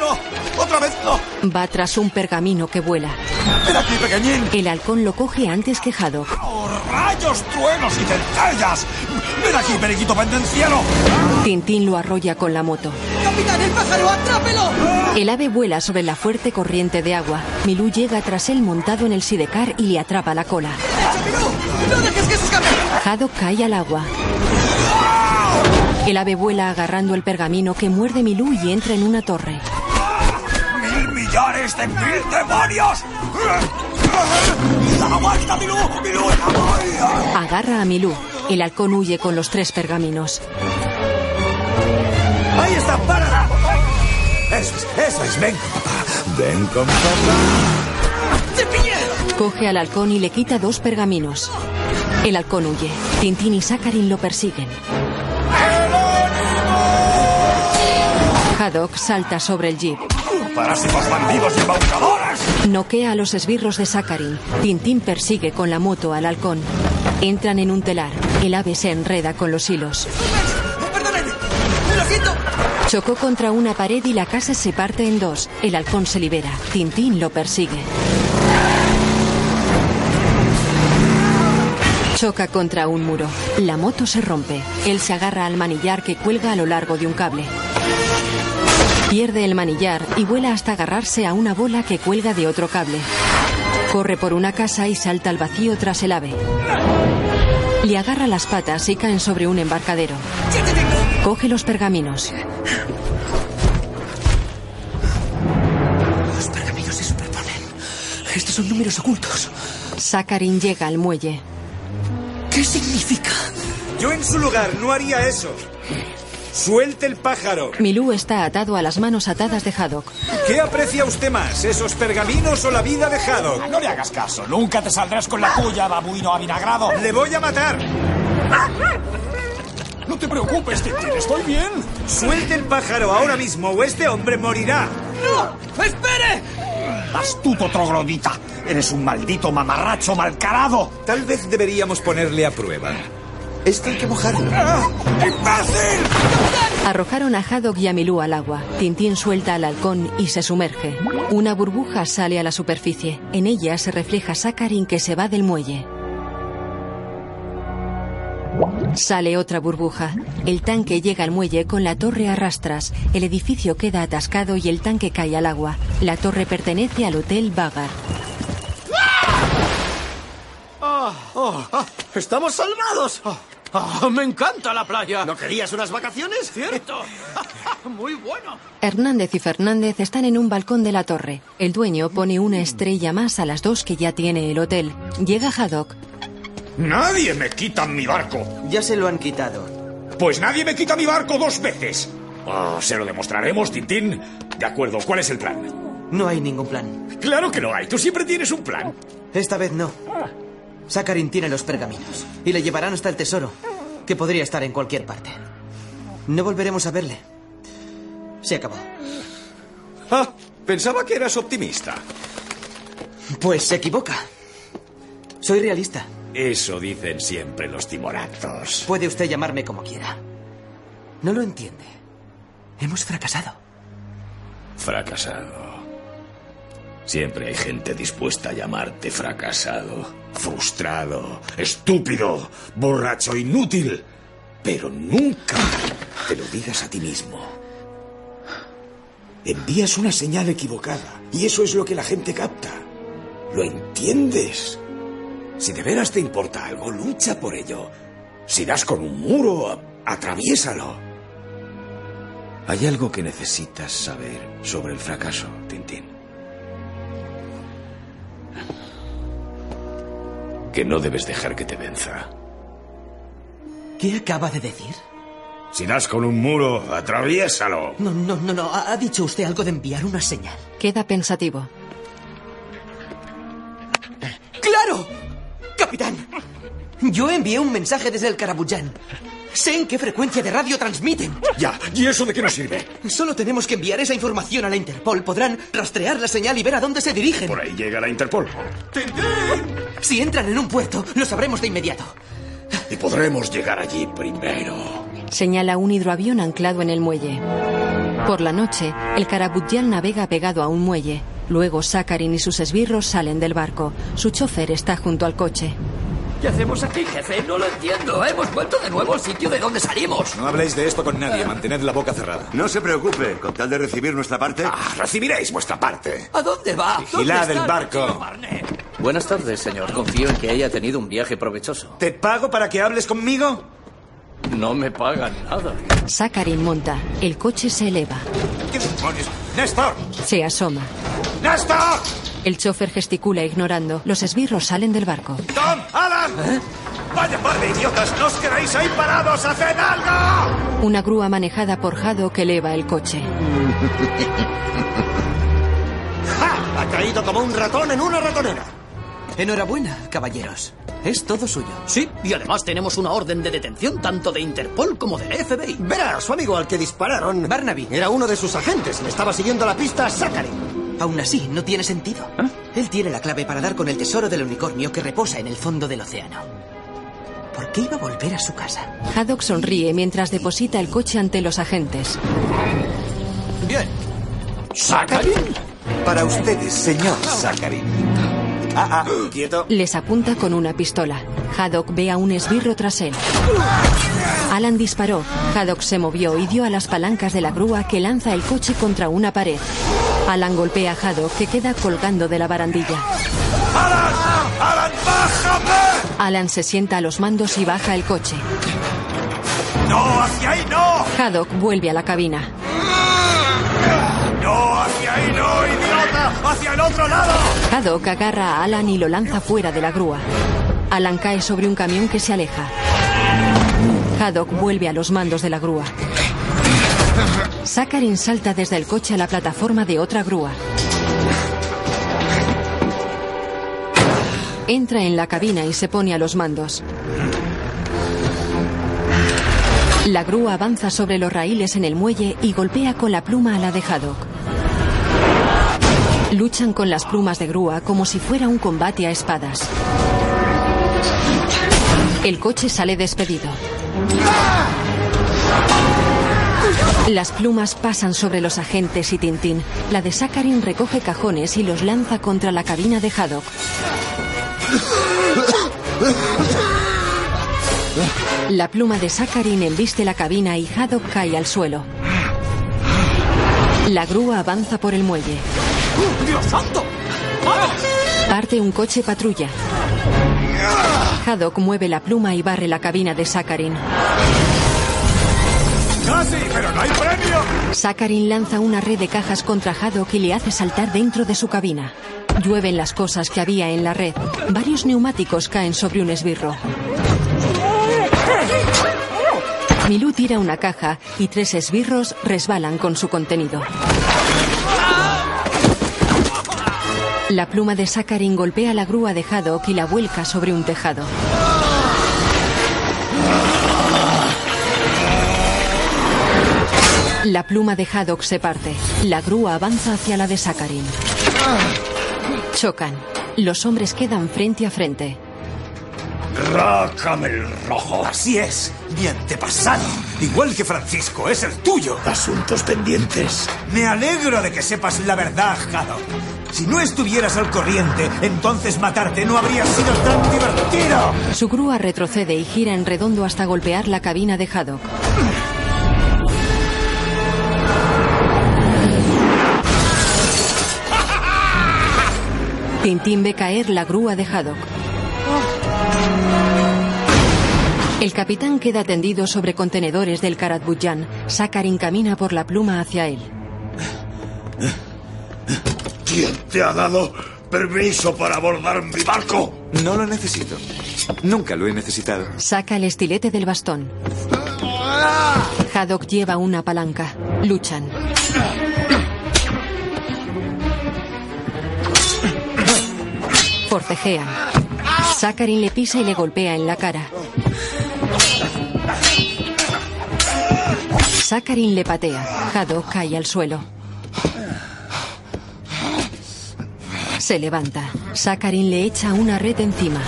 [SPEAKER 8] ¡No, no! ¡Otra vez no!
[SPEAKER 2] Va tras un pergamino que vuela.
[SPEAKER 8] ¡Ven aquí, pequeñín!
[SPEAKER 2] El halcón lo coge antes que Haddock.
[SPEAKER 8] ¡Oh, rayos, truenos y centellas! ¡Ven aquí, periquito pendenciero!
[SPEAKER 2] Tintín lo arrolla con la moto.
[SPEAKER 5] ¡Capitán, el pájaro, atrápelo!
[SPEAKER 2] El ave vuela sobre la fuerte corriente de agua. Milú llega tras él montado en el sidecar y le atrapa la cola.
[SPEAKER 5] ¡Derecha, Milú! ¡No dejes que se escape!
[SPEAKER 2] Haddock cae al agua. El ave vuela agarrando el pergamino que muerde Milú y entra en una torre.
[SPEAKER 32] ¡Mil millones de mil demonios! ¡Aguanta, Milú! ¡Milú, ya voy!
[SPEAKER 2] Agarra a Milú. El halcón huye con los tres pergaminos.
[SPEAKER 32] ¡Ahí está! ¡Párala! Eso es, eso es. Ven con papá. Ven con papá.
[SPEAKER 2] Coge al halcón y le quita dos pergaminos. El halcón huye. Tintín y Sakarin lo persiguen. Haddock salta sobre el jeep.
[SPEAKER 32] ¡Parásitos bandidos y embaucadores!
[SPEAKER 2] Noquea a los esbirros de Sakarin. Tintín persigue con la moto al halcón. Entran en un telar. El ave se enreda con los hilos.
[SPEAKER 33] ¡Lo siento!
[SPEAKER 2] Chocó contra una pared y la casa se parte en dos. El halcón se libera. Tintín lo persigue. Choca contra un muro. La moto se rompe. Él se agarra al manillar que cuelga a lo largo de un cable. Pierde el manillar y vuela hasta agarrarse a una bola que cuelga de otro cable. Corre por una casa y salta al vacío tras el ave. Le agarra las patas y caen sobre un embarcadero. Coge los pergaminos.
[SPEAKER 34] Los pergaminos se superponen. Estos son números ocultos.
[SPEAKER 2] Sakarin llega al muelle.
[SPEAKER 34] ¿Qué significa?
[SPEAKER 7] Yo en su lugar no haría eso. Suelte el pájaro.
[SPEAKER 2] Milú está atado a las manos atadas de Haddock.
[SPEAKER 7] ¿Qué aprecia usted más, esos pergaminos o la vida de Haddock?
[SPEAKER 35] No le hagas caso. Nunca te saldrás con la tuya, babuino avinagrado.
[SPEAKER 7] ¡Le voy a matar!
[SPEAKER 35] No te preocupes, Tintín. Estoy bien.
[SPEAKER 7] Suelte el pájaro ahora mismo o este hombre morirá.
[SPEAKER 35] ¡No! ¡Espere! Astuto troglodita. Eres un maldito mamarracho malcarado.
[SPEAKER 8] Tal vez deberíamos ponerle a prueba. Es que hay que mojarlo.
[SPEAKER 2] Arrojaron a Haddock y a Milú al agua. Tintín suelta al halcón y se sumerge. Una burbuja sale a la superficie. En ella se refleja Sakarin que se va del muelle. Sale otra burbuja. El tanque llega al muelle con la torre a rastras. El edificio queda atascado y el tanque cae al agua. La torre pertenece al Hotel Bagar.
[SPEAKER 10] Ah, oh, ah, ¡Estamos salvados! Ah, ah, ¡Me encanta la playa! ¿No querías unas vacaciones? Cierto. <laughs> Muy bueno.
[SPEAKER 2] Hernández y Fernández están en un balcón de la torre. El dueño pone una estrella más a las dos que ya tiene el hotel. Llega Haddock.
[SPEAKER 35] Nadie me quita mi barco.
[SPEAKER 5] Ya se lo han quitado.
[SPEAKER 35] Pues nadie me quita mi barco dos veces. Oh, se lo demostraremos, Tintín. De acuerdo, ¿cuál es el plan?
[SPEAKER 5] No hay ningún plan.
[SPEAKER 35] Claro que lo hay. Tú siempre tienes un plan.
[SPEAKER 5] Esta vez no. Sakarin tiene los pergaminos y le llevarán hasta el tesoro, que podría estar en cualquier parte. No volveremos a verle. Se acabó.
[SPEAKER 8] Ah, pensaba que eras optimista.
[SPEAKER 5] Pues se equivoca. Soy realista.
[SPEAKER 8] Eso dicen siempre los timoratos.
[SPEAKER 5] Puede usted llamarme como quiera. No lo entiende. Hemos fracasado.
[SPEAKER 8] Fracasado. Siempre hay gente dispuesta a llamarte fracasado, frustrado, estúpido, borracho, inútil. Pero nunca te lo digas a ti mismo. Envías una señal equivocada y eso es lo que la gente capta. ¿Lo entiendes? Si de veras te importa algo, lucha por ello. Si das con un muro, a- atraviésalo. Hay algo que necesitas saber sobre el fracaso, Tintín. Que no debes dejar que te venza.
[SPEAKER 5] ¿Qué acaba de decir?
[SPEAKER 8] Si das con un muro, atraviésalo.
[SPEAKER 5] No, no, no, no. Ha, ha dicho usted algo de enviar una señal.
[SPEAKER 2] Queda pensativo.
[SPEAKER 5] ¡Claro! Capitán, yo envié un mensaje desde el Carabuyán. Sé en qué frecuencia de radio transmiten.
[SPEAKER 8] Ya, ¿y eso de qué nos sirve?
[SPEAKER 5] Solo tenemos que enviar esa información a la Interpol. Podrán rastrear la señal y ver a dónde se dirigen.
[SPEAKER 8] Por ahí llega la Interpol.
[SPEAKER 5] Si entran en un puerto, lo sabremos de inmediato.
[SPEAKER 8] Y podremos llegar allí primero.
[SPEAKER 2] Señala un hidroavión anclado en el muelle. Por la noche, el Carabutián navega pegado a un muelle. Luego Sakarin y sus esbirros salen del barco. Su chofer está junto al coche.
[SPEAKER 36] ¿Qué hacemos aquí, jefe? No lo entiendo. Hemos vuelto de nuevo al sitio de donde salimos.
[SPEAKER 8] No habléis de esto con nadie, mantened la boca cerrada.
[SPEAKER 37] No se preocupe, con tal de recibir nuestra parte.
[SPEAKER 8] Ah, recibiréis vuestra parte.
[SPEAKER 36] ¿A dónde va?
[SPEAKER 8] Vigilad
[SPEAKER 36] ¿Dónde
[SPEAKER 8] el
[SPEAKER 36] está?
[SPEAKER 8] barco.
[SPEAKER 5] Buenas tardes, señor.
[SPEAKER 7] Confío en que haya tenido un viaje provechoso. ¿Te pago para que hables conmigo? No me pagan nada.
[SPEAKER 2] Sakarin monta. El coche se eleva.
[SPEAKER 3] ¿Qué demonios? ¡Néstor!
[SPEAKER 2] Se asoma.
[SPEAKER 3] ¡Néstor!
[SPEAKER 2] El chofer gesticula ignorando. Los esbirros salen del barco.
[SPEAKER 3] ¡Tom! ¡Alan!
[SPEAKER 29] ¿Eh?
[SPEAKER 3] ¡Vaya par de idiotas! ¡No os quedáis ahí parados! ¡Haced algo!
[SPEAKER 2] Una grúa manejada por Haddock eleva el coche.
[SPEAKER 25] ¡Ja! Ha caído como un ratón en una ratonera.
[SPEAKER 5] Enhorabuena, caballeros. Es todo suyo.
[SPEAKER 10] Sí, y además tenemos una orden de detención tanto de Interpol como del FBI.
[SPEAKER 25] Verá, su amigo al que dispararon, Barnaby,
[SPEAKER 5] ¿Eh?
[SPEAKER 25] era uno de sus agentes. Le estaba siguiendo la pista a Sakarin.
[SPEAKER 5] Aún así, no tiene sentido. Él tiene la clave para dar con el tesoro del unicornio que reposa en el fondo del océano. ¿Por qué iba a volver a su casa?
[SPEAKER 2] Haddock sonríe mientras deposita el coche ante los agentes.
[SPEAKER 5] Bien.
[SPEAKER 9] ¿Sakarin? Para ustedes, señor Sakarin.
[SPEAKER 29] Ah, ah, quieto.
[SPEAKER 2] Les apunta con una pistola. Haddock ve a un esbirro tras él. Alan disparó. Haddock se movió y dio a las palancas de la grúa que lanza el coche contra una pared. Alan golpea a Haddock que queda colgando de la barandilla.
[SPEAKER 26] ¡Alan! ¡Alan, bájame!
[SPEAKER 2] Alan se sienta a los mandos y baja el coche.
[SPEAKER 26] ¡No, hacia ahí no!
[SPEAKER 2] Haddock vuelve a la cabina.
[SPEAKER 26] ¡No, hacia ahí no, idiota! ¡Hacia el otro lado!
[SPEAKER 2] Haddock agarra a Alan y lo lanza fuera de la grúa. Alan cae sobre un camión que se aleja. Haddock vuelve a los mandos de la grúa. Sakarin salta desde el coche a la plataforma de otra grúa. Entra en la cabina y se pone a los mandos. La grúa avanza sobre los raíles en el muelle y golpea con la pluma a la de Haddock. Luchan con las plumas de grúa como si fuera un combate a espadas. El coche sale despedido. Las plumas pasan sobre los agentes y Tintín. La de Sakarin recoge cajones y los lanza contra la cabina de Haddock. La pluma de Sakarin embiste la cabina y Haddock cae al suelo. La grúa avanza por el muelle.
[SPEAKER 26] ¡Dios santo!
[SPEAKER 2] Parte un coche patrulla. Haddock mueve la pluma y barre la cabina de Sakarin.
[SPEAKER 26] ¡Casi! ¡Ah, ¡Pero no hay premio!
[SPEAKER 2] Sakarin lanza una red de cajas contra Haddock y le hace saltar dentro de su cabina. Llueven las cosas que había en la red. Varios neumáticos caen sobre un esbirro. Milú tira una caja y tres esbirros resbalan con su contenido. La pluma de Sakarin golpea la grúa de Haddock y la vuelca sobre un tejado. La pluma de Haddock se parte. La grúa avanza hacia la de Sakarin. Chocan. Los hombres quedan frente a frente.
[SPEAKER 29] Rácame el rojo. Así es, mi antepasado. Igual que Francisco, es el tuyo. Asuntos pendientes. Me alegro de que sepas la verdad, Haddock. Si no estuvieras al corriente, entonces matarte no habría sido tan divertido.
[SPEAKER 2] Su grúa retrocede y gira en redondo hasta golpear la cabina de Haddock. Tintín ve caer la grúa de Haddock. El capitán queda tendido sobre contenedores del Karatbuyan. Sakarin camina por la pluma hacia él.
[SPEAKER 8] ¿Quién te ha dado permiso para abordar mi barco?
[SPEAKER 9] No lo necesito. Nunca lo he necesitado.
[SPEAKER 2] Saca el estilete del bastón. Haddock lleva una palanca. Luchan. Forcejean. Sakarin le pisa y le golpea en la cara. Sakarin le patea. Haddock cae al suelo. Se levanta. Sakarin le echa una red encima.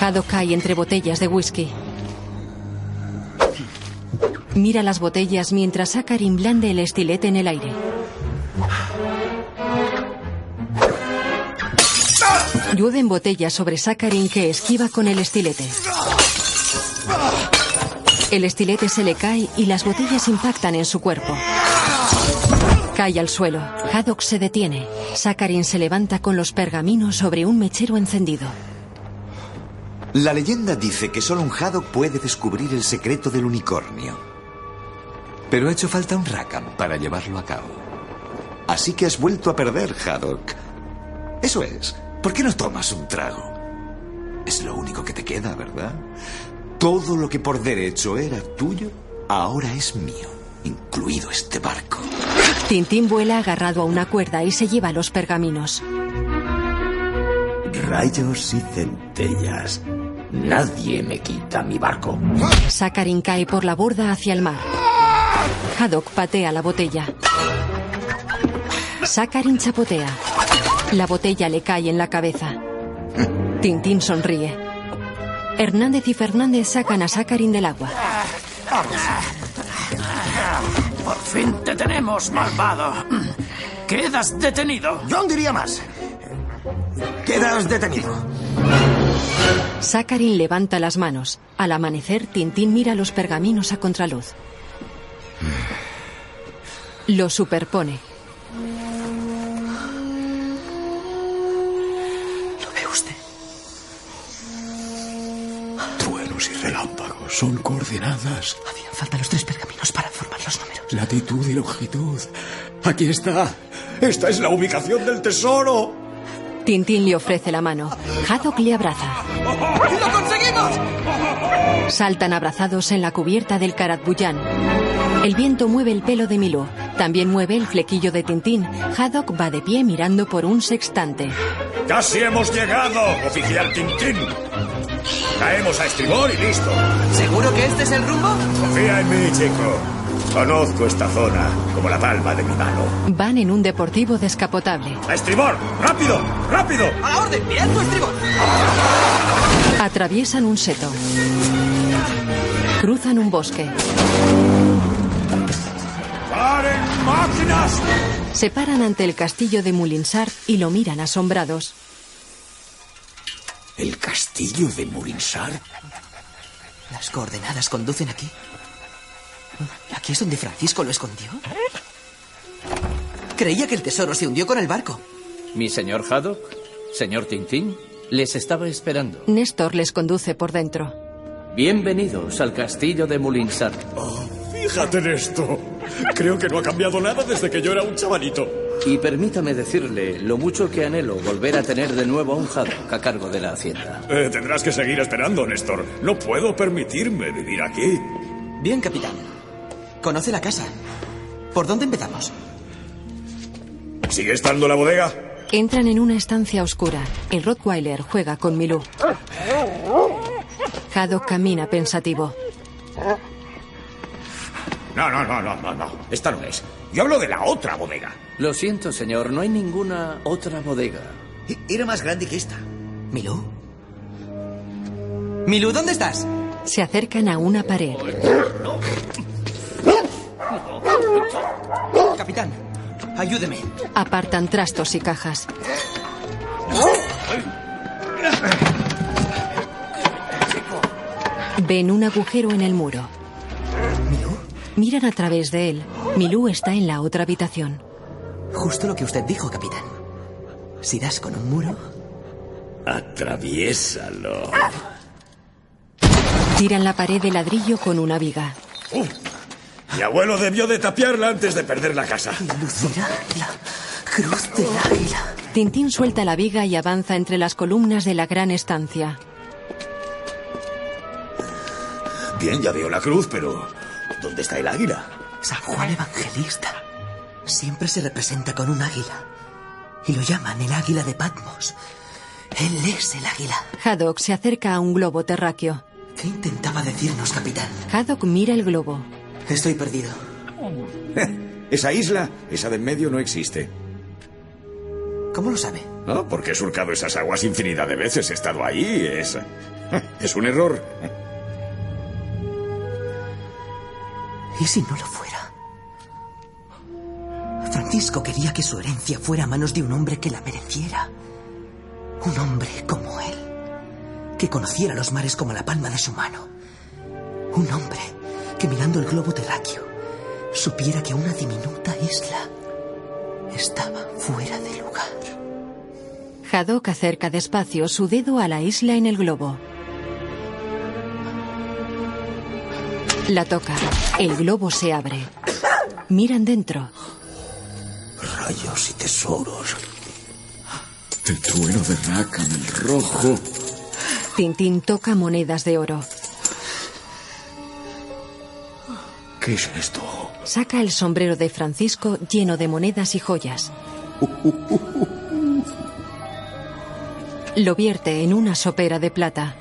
[SPEAKER 2] Haddock cae entre botellas de whisky. Mira las botellas mientras Sakarin blande el estilete en el aire. Llueven botellas sobre Sakarin que esquiva con el estilete. El estilete se le cae y las botellas impactan en su cuerpo. Cae al suelo. Haddock se detiene. Sakarin se levanta con los pergaminos sobre un mechero encendido.
[SPEAKER 7] La leyenda dice que solo un Haddock puede descubrir el secreto del unicornio. Pero ha hecho falta un Rackham para llevarlo a cabo. Así que has vuelto a perder, Haddock. Eso es. ¿Por qué no tomas un trago? Es lo único que te queda, ¿verdad? Todo lo que por derecho era tuyo, ahora es mío, incluido este barco.
[SPEAKER 2] Tintín vuela agarrado a una cuerda y se lleva los pergaminos.
[SPEAKER 38] Rayos y centellas. Nadie me quita mi barco.
[SPEAKER 2] Sakarin cae por la borda hacia el mar. Haddock patea la botella. Sakarin chapotea. La botella le cae en la cabeza. Tintín sonríe. Hernández y Fernández sacan a Sakarin del agua.
[SPEAKER 3] Por fin te tenemos, malvado. Quedas detenido. Yo diría más.
[SPEAKER 39] Quedas detenido.
[SPEAKER 2] Sakarin levanta las manos. Al amanecer, Tintín mira los pergaminos a contraluz. Los superpone.
[SPEAKER 39] ¿Lo ve usted?
[SPEAKER 40] Truenos y relámpagos son coordenadas.
[SPEAKER 39] Hacían falta los tres pergaminos para formar los números.
[SPEAKER 40] Latitud y longitud. Aquí está. Esta es la ubicación del tesoro.
[SPEAKER 2] Tintín le ofrece la mano. Haddock le abraza.
[SPEAKER 41] ¡Lo conseguimos!
[SPEAKER 2] Saltan abrazados en la cubierta del Karatbullán. El viento mueve el pelo de Milú. También mueve el flequillo de Tintín. Haddock va de pie mirando por un sextante.
[SPEAKER 42] ¡Casi hemos llegado, oficial Tintín! Caemos a estribor y listo.
[SPEAKER 5] ¿Seguro que este es el rumbo?
[SPEAKER 42] Confía en mí, chico. Conozco esta zona como la palma de mi mano.
[SPEAKER 2] Van en un deportivo descapotable.
[SPEAKER 42] ¡A estribor! ¡Rápido! ¡Rápido!
[SPEAKER 5] ¡A la orden! ¡Mirando estribor!
[SPEAKER 2] Atraviesan un seto. Cruzan un bosque.
[SPEAKER 42] ¡Paren máquinas!
[SPEAKER 2] Se paran ante el castillo de Mulinsart y lo miran asombrados.
[SPEAKER 43] ¿El castillo de Murinsar?
[SPEAKER 5] Las coordenadas conducen aquí. ¿Aquí es donde Francisco lo escondió? Creía que el tesoro se hundió con el barco.
[SPEAKER 10] Mi señor Haddock, señor Tintín, les estaba esperando.
[SPEAKER 2] Néstor les conduce por dentro.
[SPEAKER 10] Bienvenidos al castillo de Mulinsar.
[SPEAKER 8] Fíjate en esto. Creo que no ha cambiado nada desde que yo era un chavalito.
[SPEAKER 10] Y permítame decirle lo mucho que anhelo volver a tener de nuevo a un Haddock a cargo de la hacienda.
[SPEAKER 8] Eh, tendrás que seguir esperando, Néstor. No puedo permitirme vivir aquí.
[SPEAKER 5] Bien, capitán. Conoce la casa. ¿Por dónde empezamos?
[SPEAKER 8] ¿Sigue estando la bodega?
[SPEAKER 2] Entran en una estancia oscura. El Rottweiler juega con Milú. Haddock camina pensativo.
[SPEAKER 42] No, no, no, no, no, no. Esta no es. Yo hablo de la otra bodega.
[SPEAKER 10] Lo siento, señor, no hay ninguna otra bodega.
[SPEAKER 5] Era más grande que esta. ¿Milú? ¿Milú, dónde estás?
[SPEAKER 2] Se acercan a una pared.
[SPEAKER 5] Capitán, ayúdeme.
[SPEAKER 2] Apartan trastos y cajas. Ven un agujero en el muro. Miran a través de él. Milú está en la otra habitación.
[SPEAKER 5] Justo lo que usted dijo, capitán. Si das con un muro,
[SPEAKER 44] Atraviésalo.
[SPEAKER 2] Tiran la pared de ladrillo con una viga.
[SPEAKER 8] Uf. Mi abuelo debió de tapiarla antes de perder la casa.
[SPEAKER 5] lucirá la cruz del águila.
[SPEAKER 2] Tintín suelta la viga y avanza entre las columnas de la gran estancia.
[SPEAKER 8] Bien, ya veo la cruz, pero ¿dónde está el águila?
[SPEAKER 5] San Juan Evangelista siempre se representa con un águila. Y lo llaman el águila de Patmos. Él es el águila.
[SPEAKER 2] Haddock se acerca a un globo terráqueo.
[SPEAKER 5] ¿Qué intentaba decirnos, capitán?
[SPEAKER 2] Haddock mira el globo.
[SPEAKER 5] Estoy perdido.
[SPEAKER 8] Eh, Esa isla, esa de en medio, no existe.
[SPEAKER 5] ¿Cómo lo sabe?
[SPEAKER 8] No, porque he surcado esas aguas infinidad de veces. He estado ahí. Es. Es un error.
[SPEAKER 5] ¿Y si no lo fuera? Francisco quería que su herencia fuera a manos de un hombre que la mereciera. Un hombre como él, que conociera los mares como la palma de su mano. Un hombre que mirando el globo terráqueo supiera que una diminuta isla estaba fuera de lugar.
[SPEAKER 2] Haddock acerca despacio su dedo a la isla en el globo. La toca. El globo se abre. Miran dentro.
[SPEAKER 45] Rayos y tesoros. El trueno de Rakan, el rojo.
[SPEAKER 2] Tintín toca monedas de oro.
[SPEAKER 45] ¿Qué es esto?
[SPEAKER 2] Saca el sombrero de Francisco lleno de monedas y joyas. Lo vierte en una sopera de plata.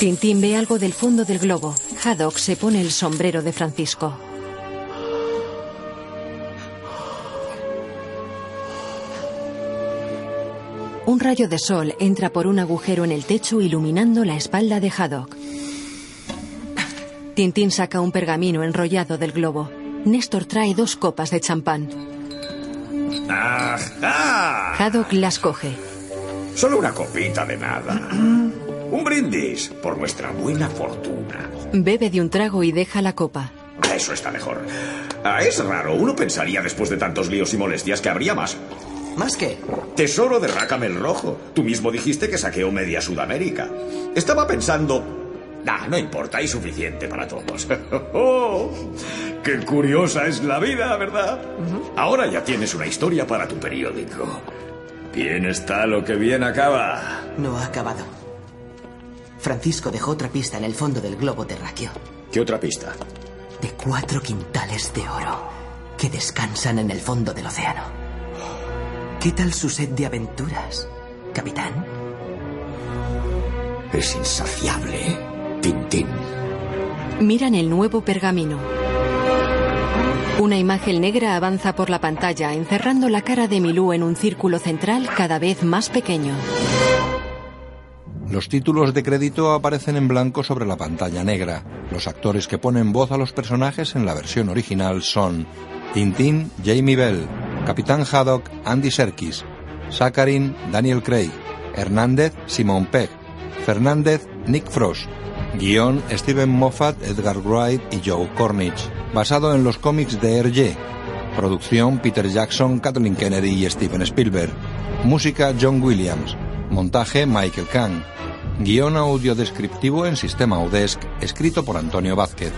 [SPEAKER 2] Tintín ve algo del fondo del globo. Haddock se pone el sombrero de Francisco. Un rayo de sol entra por un agujero en el techo iluminando la espalda de Haddock. Tintín saca un pergamino enrollado del globo. Néstor trae dos copas de champán.
[SPEAKER 8] ¡Ajá!
[SPEAKER 2] Haddock las coge.
[SPEAKER 8] Solo una copita de nada. Un brindis por nuestra buena fortuna.
[SPEAKER 2] Bebe de un trago y deja la copa.
[SPEAKER 8] Eso está mejor. Ah, es raro, uno pensaría después de tantos líos y molestias que habría más.
[SPEAKER 5] ¿Más qué?
[SPEAKER 8] Tesoro de Rácame el Rojo. Tú mismo dijiste que saqueó media Sudamérica. Estaba pensando... Ah, no importa, hay suficiente para todos. <laughs> ¡Oh! ¡Qué curiosa es la vida, ¿verdad? Ahora ya tienes una historia para tu periódico. Bien está lo que bien acaba.
[SPEAKER 5] No ha acabado. Francisco dejó otra pista en el fondo del globo terráqueo.
[SPEAKER 8] ¿Qué otra pista?
[SPEAKER 5] De cuatro quintales de oro que descansan en el fondo del océano. ¿Qué tal su sed de aventuras, capitán?
[SPEAKER 8] Es insaciable, ¿eh? Tintín.
[SPEAKER 2] Miran el nuevo pergamino. Una imagen negra avanza por la pantalla, encerrando la cara de Milú en un círculo central cada vez más pequeño.
[SPEAKER 1] Los títulos de crédito aparecen en blanco sobre la pantalla negra. Los actores que ponen voz a los personajes en la versión original son Tintín, Jamie Bell, Capitán Haddock, Andy Serkis, Sakarin, Daniel Craig, Hernández, Simon Pegg, Fernández, Nick Frost, guión Steven Moffat, Edgar Wright y Joe Cornish, basado en los cómics de Hergé, producción Peter Jackson, Kathleen Kennedy y Steven Spielberg, música John Williams, montaje Michael Kahn, Guión audio descriptivo en sistema UDESC, escrito por Antonio Vázquez.